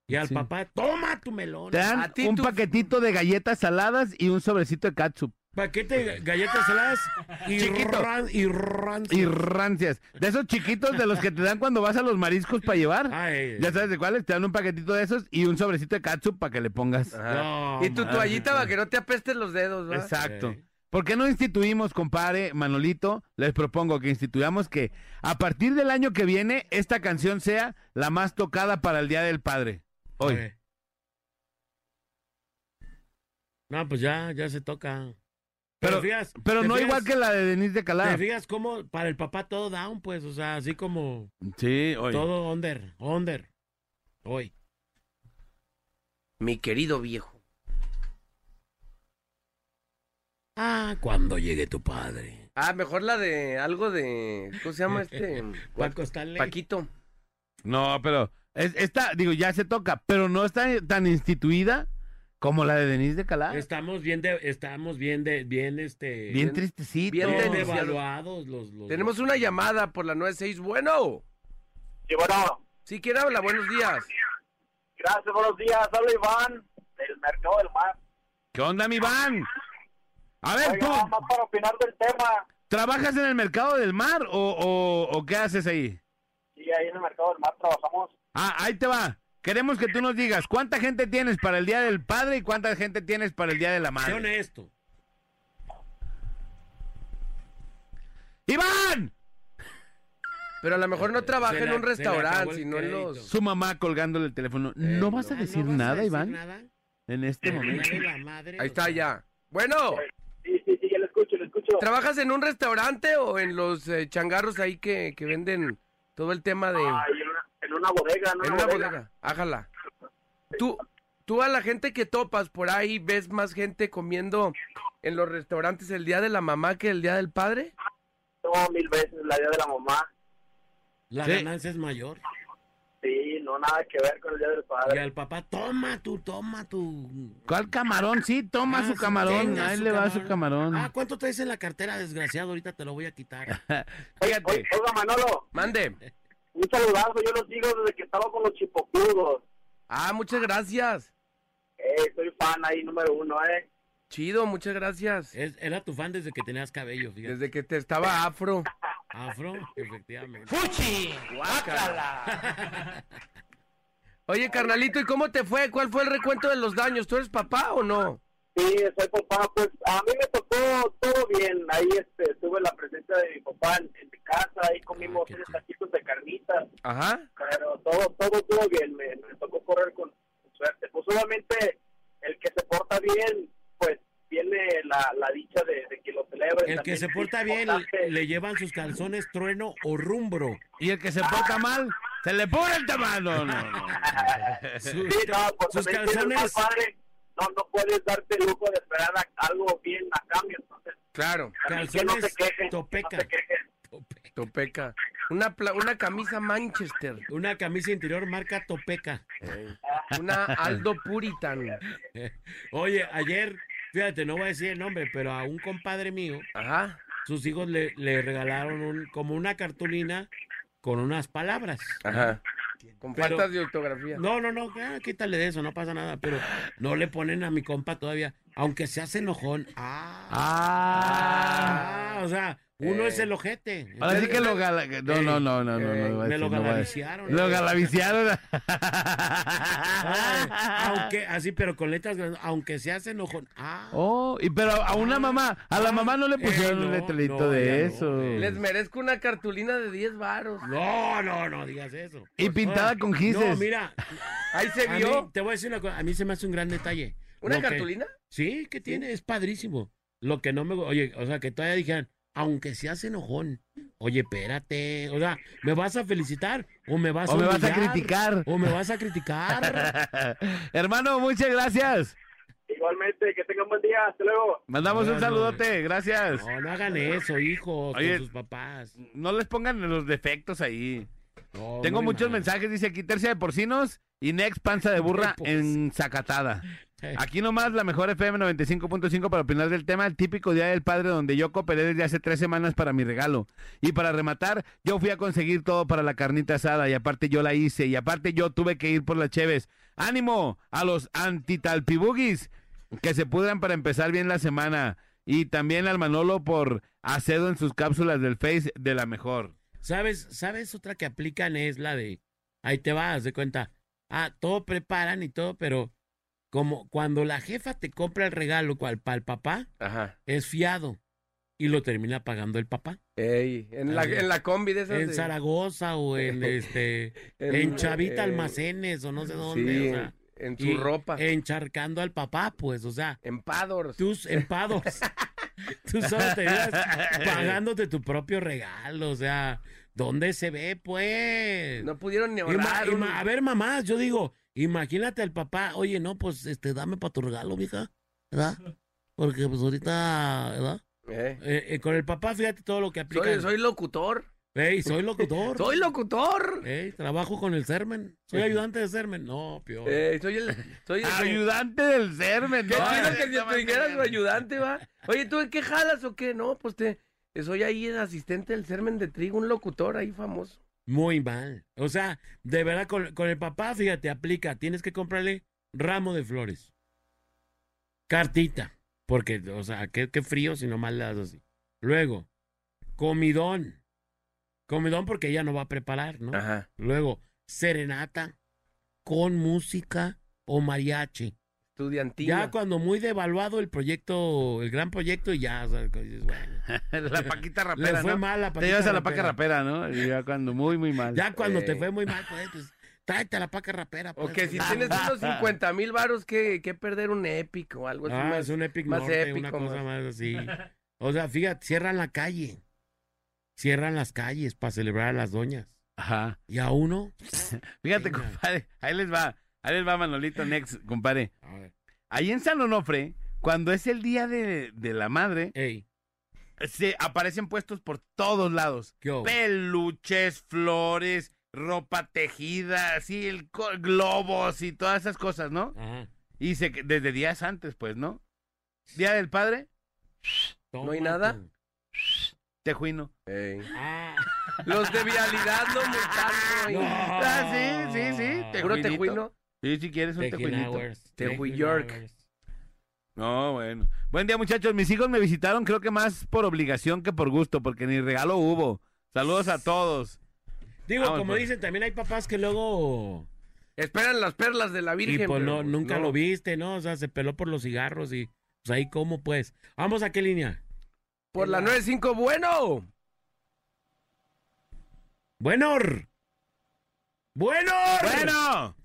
S2: Y al
S5: Sí.
S2: papá, toma tu melón.
S5: Te dan
S2: A ti
S5: un
S2: tu
S5: paquetito de galletas saladas y un sobrecito de ketchup.
S2: paquete de galletas saladas y,
S5: Chiquito.
S2: ran- y rancio.
S5: Y rancias. De esos chiquitos de los que te dan cuando vas a los mariscos para llevar.
S2: Ay,
S5: Ya sabes de cuáles. Te dan un paquetito de esos y un sobrecito de ketchup para que le pongas.
S2: no,
S3: y tu
S2: madre.
S3: toallita para que no te apestes los dedos, ¿va?
S5: Exacto.
S2: Sí.
S5: ¿Por qué no instituimos, compadre Manolito? Les propongo que instituyamos que a partir del año que viene esta canción sea la más tocada para el Día del Padre. Hoy.
S2: Ok. No, pues ya, ya se toca.
S5: Pero-
S2: ¿te fijas?
S5: Pero
S2: ¿Te
S5: no
S2: fijas?
S5: igual que la de Denise de
S2: ¿Te
S5: Calaf.
S2: fijas cómo para el papá todo down, pues? O sea, así como
S5: Sí, hoy.
S2: todo under, under. Hoy.
S3: Mi querido viejo.
S2: Ah, cuando llegue tu padre.
S3: Ah, mejor la de algo de. ¿Cómo se llama este?
S2: Eh, Paco Stanley.
S3: Paquito.
S5: No, pero es- esta, digo, ya se toca, pero no está tan instituida como la de Denise de Calaf.
S2: Estamos bien, de, estamos bien, de, bien, este.
S5: bien, tristecito.
S3: bien
S2: bien
S3: denunciados.
S2: devaluados los, los-
S3: Tenemos una llamada por la 96. Bueno.
S14: Sí, bueno,
S3: Sí, ¿quién habla? Buenos días.
S14: gracias, buenos días. Habla Iván del Mercado del Mar.
S5: ¿Qué onda, mi van? A ver,
S14: Oiga,
S5: tú,
S14: nada más para opinar del tema.
S5: ¿trabajas en el mercado del mar o, o- o qué haces ahí?
S14: Sí, ahí en el Mercado del Mar trabajamos.
S5: Ah, ahí te va. Queremos que tú nos digas cuánta gente tienes para el Día del Padre y cuánta gente tienes para el Día de la
S2: Sé
S5: Madre.
S2: honesto.
S5: ¡Iván!
S3: Pero a lo mejor no trabaja
S2: Se
S3: en
S2: la-
S3: un
S2: se le acabó
S3: restaurante,
S2: el
S3: sino en
S2: crédito.
S3: los.
S15: Su mamá colgándole el teléfono. ¿No
S2: Ah,
S15: vas a decir nada, Iván? En este momento.
S3: Ahí está ya. Bueno.
S14: Sí, sí, sí, ya lo escucho, lo escucho.
S3: ¿Trabajas en un restaurante o en los eh, changarros ahí que, que venden todo el tema de.
S14: Ay, en, una, en una bodega, en una,
S3: en una bodega. Ájala. Tú, tú a la gente que topas por ahí, ¿ves más gente comiendo en los restaurantes el día de la mamá que el día del padre?
S14: No, mil veces la día de la mamá.
S2: La
S3: Sí.
S2: ganancia es mayor.
S14: Sí, no nada que ver con el día del
S2: Y
S14: padre.
S2: al papá, toma tú, toma tú.
S15: ¿Cuál camarón? Sí, toma
S2: Ah,
S15: su
S2: sí,
S15: camarón.
S2: tenga
S15: Ahí
S2: su
S15: le va su camarón.
S2: Ah, ¿cuánto traes en la cartera, desgraciado? Ahorita te lo voy a quitar.
S14: Oye, oiga, Manolo,
S3: Mande.
S14: un saludazo, yo lo sigo desde que estaba con los chipocudos.
S3: Ah, muchas gracias.
S14: Eh, soy fan ahí, número uno, eh.
S3: Chido, muchas gracias.
S2: era tu fan desde que tenías cabello, fíjate.
S3: Desde que te estaba afro.
S2: Afro, efectivamente.
S3: ¡Fuchi! Oye, carnalito, ¿y cómo te fue? ¿Cuál fue el recuento de los daños? ¿Tú eres papá o no?
S14: Sí, soy papá, pues a mí me tocó todo bien. Ahí este, tuve la presencia de mi papá en, en mi casa, ahí comimos unos taquitos de carnitas,
S3: Ajá.
S14: pero todo todo estuvo bien, me, me tocó correr con suerte. Pues obviamente el que se porta bien, pues tiene la, la dicha de, de que lo celebren.
S2: El que
S14: también.
S2: se porta bien le llevan sus calzones trueno o rumbro.
S15: Y el que se porta mal, se le pone el tamal. No, no, no.
S2: Sus,
S14: Sí, no, pues
S2: sus
S14: también tienes
S2: calzones.
S14: más padre, no, no puedes darte el lujo de esperar a- algo bien a cambio. Entonces,
S3: Claro.
S14: También que no se
S2: Calzones
S14: quejen,
S2: topeca.
S14: no se quejen.
S3: Topeca. Una, pla- una camisa Manchester.
S2: Una camisa interior marca Topeca.
S3: Una Aldo Puritan.
S2: Oye, ayer, fíjate, no voy a decir el nombre, pero a un compadre mío, sus hijos le, le regalaron un- como una cartulina con unas palabras.
S3: Ajá. Con
S2: Pero-
S3: faltas de ortografía.
S2: No, no, no, ah, quítale de eso, no pasa nada, pero no le ponen a mi compa todavía, aunque se hace enojón. Ah, ah, o sea, uno
S15: Eh.
S2: es el ojete.
S15: Ahora sí que lo gala... No, no, no, no, no. no, no,
S2: me
S15: no, no,
S2: lo
S15: no, no.
S2: galaviciaron.
S15: Lo galaviciaron.
S2: Ay, aunque, así, pero con letras grandes, aunque se hace enojón. Ah,
S15: Oh, y pero a una mamá, a la mamá
S2: Eh,
S15: no le pusieron un letrerito de eso.
S3: Les merezco una cartulina de 10 varos.
S2: no, no, no digas eso.
S15: y pintada
S2: Ahora,
S15: con gises.
S2: No, mira,
S3: Ahí se
S2: a
S3: vio.
S2: mí- te voy a decir una cosa, a mí se me hace un gran detalle.
S3: ¿Una
S2: Lo que-
S3: cartulina?
S2: sí, que tiene, es padrísimo. Lo que no me... gu- Oye, o sea, que todavía dijeran, aunque se hace enojón, oye, espérate, o sea, ¿me vas a felicitar o me vas
S15: O
S2: a
S15: me vas a
S2: humillar?
S15: criticar.
S2: O me vas a criticar.
S15: Hermano, muchas gracias.
S14: Igualmente, que tengan buen día. Hasta luego.
S15: Mandamos un
S2: Bueno.
S15: saludote, gracias.
S2: No, no hagan eso, hijos,
S15: Oye.
S2: con sus papás.
S15: No les pongan los defectos ahí.
S2: No,
S15: Tengo
S2: muy
S15: muchos
S2: mal.
S15: mensajes, dice aquí tercia de porcinos y Next panza de burra en Zacatada. Aquí nomás la mejor FM 95.5 para opinar del tema, el típico Día del Padre donde yo cooperé desde hace tres semanas para mi regalo. Y para rematar, yo fui a conseguir todo para la carnita asada y aparte yo la hice y aparte yo tuve que ir por las cheves. ¡Ánimo a los antitalpibugis! Que se pudran para empezar bien la semana. Y también al Manolo por acedo en sus cápsulas del Face de la mejor.
S2: ¿Sabes, ¿Sabes otra que aplican? Es la de, ahí te vas, de cuenta. Ah, todo preparan y todo, pero como cuando la jefa te compra el regalo cual, para el papá,
S3: Ajá.
S2: es fiado y lo termina pagando el papá.
S3: Ey, en, la, en la combi de esas.
S2: En
S3: de-
S2: Zaragoza o en este
S3: En-
S2: en Chavita
S3: eh,
S2: Almacenes o no sé dónde,
S3: sí,
S2: o sea,
S3: en- en su
S2: y
S3: ropa.
S2: Encharcando al papá, pues, o sea,
S3: En Padors.
S2: tus empados. Tú solo te ibas pagándote tu propio regalo, o sea, ¿dónde se ve, pues?
S3: No pudieron ni
S2: Ima-
S3: ahorrar.
S2: ima-
S3: un-
S2: a ver, mamás, yo digo, imagínate al papá, oye, no, pues, este, dame para tu regalo, mija, ¿verdad? Porque, pues, ahorita, ¿verdad?
S3: Eh,
S2: Eh, eh, con el papá, fíjate todo lo que aplica.
S3: Soy, soy locutor.
S2: Ey, soy locutor.
S3: Soy locutor.
S2: Ey, trabajo con el Sermen. Soy ayudante de Sermen. No, peor.
S3: Eh, soy el. Soy el
S15: Ayudante del Sermen.
S3: Qué
S15: ¿no?
S3: chido que si te dijeras su ayudante, va. Oye, ¿tú en qué jalas o qué? No, pues te. Soy ahí el asistente del Sermen de Trigo, un locutor ahí famoso.
S2: Muy mal. O sea, de verdad, con, con el papá, fíjate, aplica. Tienes que comprarle ramo de flores. Cartita. Porque, o sea, qué, qué frío si nomás le das así. Luego, comidón. Comidón porque ella no va a preparar,
S15: Ah.
S2: ¿no?
S3: Ajá.
S2: Luego, serenata con música o mariachi.
S3: Estudiantina.
S2: Ya cuando muy devaluado el proyecto, el gran proyecto, y ya, o sea, que dices, bueno.
S15: La paquita rapera.
S2: Le fue
S15: ¿no?
S2: mal la
S15: Te
S2: Paquita
S15: llevas a la paca
S2: Rapera.
S15: rapera, ¿no? Y ya cuando muy, muy mal.
S3: Este
S2: Ya cuando te
S15: Eh,
S2: fue muy mal, pues, pues, tráete a la paca rapera.
S3: O
S2: pues.
S3: que si tienes unos 50 mil varos, que, que perder un Epic o algo así
S2: Ah,
S3: pues, más.
S2: es un Epic
S3: más
S2: Norte,
S3: épico.
S2: una cosa
S3: más.
S2: más así. O sea, fíjate, cierran la calle. Cierran las calles para celebrar a las doñas.
S15: Ajá.
S2: Y a uno.
S15: Fíjate, compadre. Ahí les va. Ahí les va Manolito Next, compadre. Ahí en San Onofre, cuando es el día de, de la madre, se aparecen puestos por todos lados.
S2: hubo?
S15: Peluches, flores, ropa tejida, así, el co- globos y todas esas cosas, ¿no? Y se, desde días antes, pues, ¿no? Día del padre.
S3: ¿No hay nada?
S15: Tejuino.
S2: Ah,
S3: Los de vialidad lo multaron.
S15: No. Ah, sí, sí, sí.
S3: ¿Puro
S15: tejuinito.
S3: tejuino?
S15: Sí, si quieres un tejuinito.
S3: Tejuyork.
S15: No, bueno. Buen día, muchachos. Mis hijos me visitaron, creo que más por obligación que por gusto, porque ni regalo hubo. Saludos a todos.
S2: Digo,
S15: Vamos,
S2: como
S15: pues.
S2: dicen, también hay papás que luego.
S3: Esperan las perlas de la Virgen.
S2: y pues no,
S3: pero
S2: nunca
S3: no.
S2: lo viste, ¿no? O sea, se peló por los cigarros y. Pues ahí, ¿cómo pues? Vamos a qué línea.
S3: Por la 95, bueno.
S2: Buenor. Bueno.
S15: Bueno.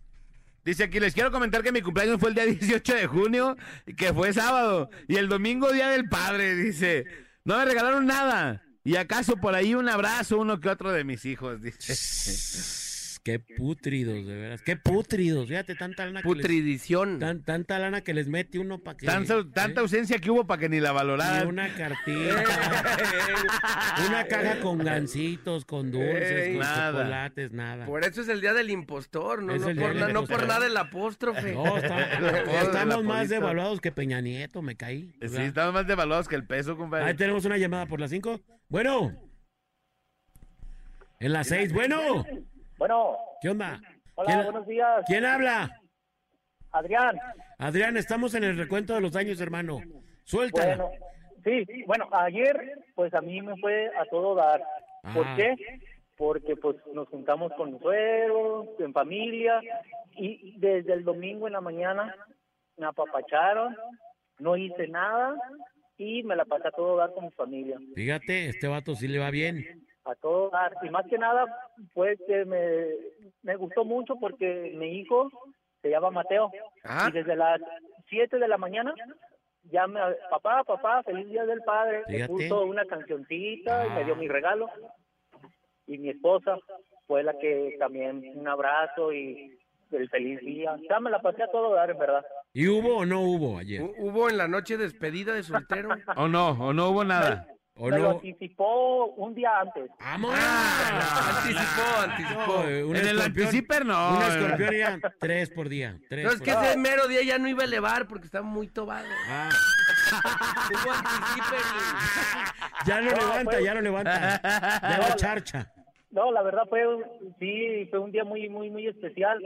S15: Dice aquí, les quiero comentar que mi cumpleaños fue el día 18 de junio, que fue sábado, y el domingo día del padre, dice. No me regalaron nada. Y acaso por ahí un abrazo, uno que otro de mis hijos, dice.
S2: Qué putridos, de veras. Qué putridos. Fíjate, tanta lana
S3: Putridición.
S2: que les, tan- Tanta lana que les mete uno para que... ¿eh?
S15: Tan- tanta ausencia que hubo para que ni la
S2: Y
S15: valoraran.
S2: una cartita. una caja con gancitos, con dulces,
S3: Ey.
S2: con
S15: Nada.
S2: chocolates, nada.
S3: Por eso es el día del impostor, no,
S2: Es
S3: no,
S2: el día
S3: por,
S2: del
S3: na- no
S2: impostor.
S3: por nada el apóstrofe.
S2: No, está- estamos más
S3: Apolito.
S2: devaluados que Peña Nieto, me caí. O
S15: Sí,
S2: sea,
S15: estamos más devaluados que el peso, compadre.
S2: Ahí tenemos una llamada por las 5. Bueno. En las 6. Bueno.
S16: Bueno,
S2: ¿Qué onda?
S16: hola,
S2: ¿Quién-
S16: buenos días.
S2: ¿Quién habla?
S16: Adrián.
S2: Adrián, estamos en el recuento de los daños, hermano. Suéltala.
S16: Bueno, sí, bueno, ayer pues a mí me fue a todo dar. ¿Por
S2: Ajá.
S16: qué? Porque pues nos juntamos con mis suegros, en familia, y desde el domingo en la mañana me apapacharon, no hice nada y me la pasé a todo dar con mi familia.
S2: Fíjate, este vato sí le va bien.
S16: a todo dar. Y más que nada, pues que me, me gustó mucho porque mi hijo se llama Mateo.
S3: Ah,
S2: Ajá.
S16: Y desde las 7 de la mañana, ya me, papá, papá, feliz día del padre. Le
S2: Fíjate.
S16: puso una cancioncita y
S2: Ah.
S16: me dio mi regalo. Y mi esposa fue la que también un abrazo y el feliz día. Ya me la pasé a todo dar, en verdad.
S2: ¿Y hubo o no hubo ayer?
S3: Hu- Hubo en la noche despedida de soltero.
S15: O no, o no hubo nada.
S2: ¿O
S16: me lo anticipó un día antes.
S2: Ah,
S16: Ah,
S3: Anticipó, anticipó.
S2: Eh, un
S15: En el
S2: escorpión-
S15: anticiper, no.
S2: Un escorpión era tres por día. Tres
S3: No, es
S2: por
S3: que
S2: día.
S3: ese mero día ya no iba a elevar porque estaba muy tobado.
S2: Ah,
S3: Hubo anticipen
S2: ya no,
S16: No,
S2: levanta,
S16: fue-
S2: ya no levanta. Ya
S16: No,
S2: va
S16: la-
S2: charcha.
S16: No, la verdad fue un, sí, fue un día muy, muy, muy especial,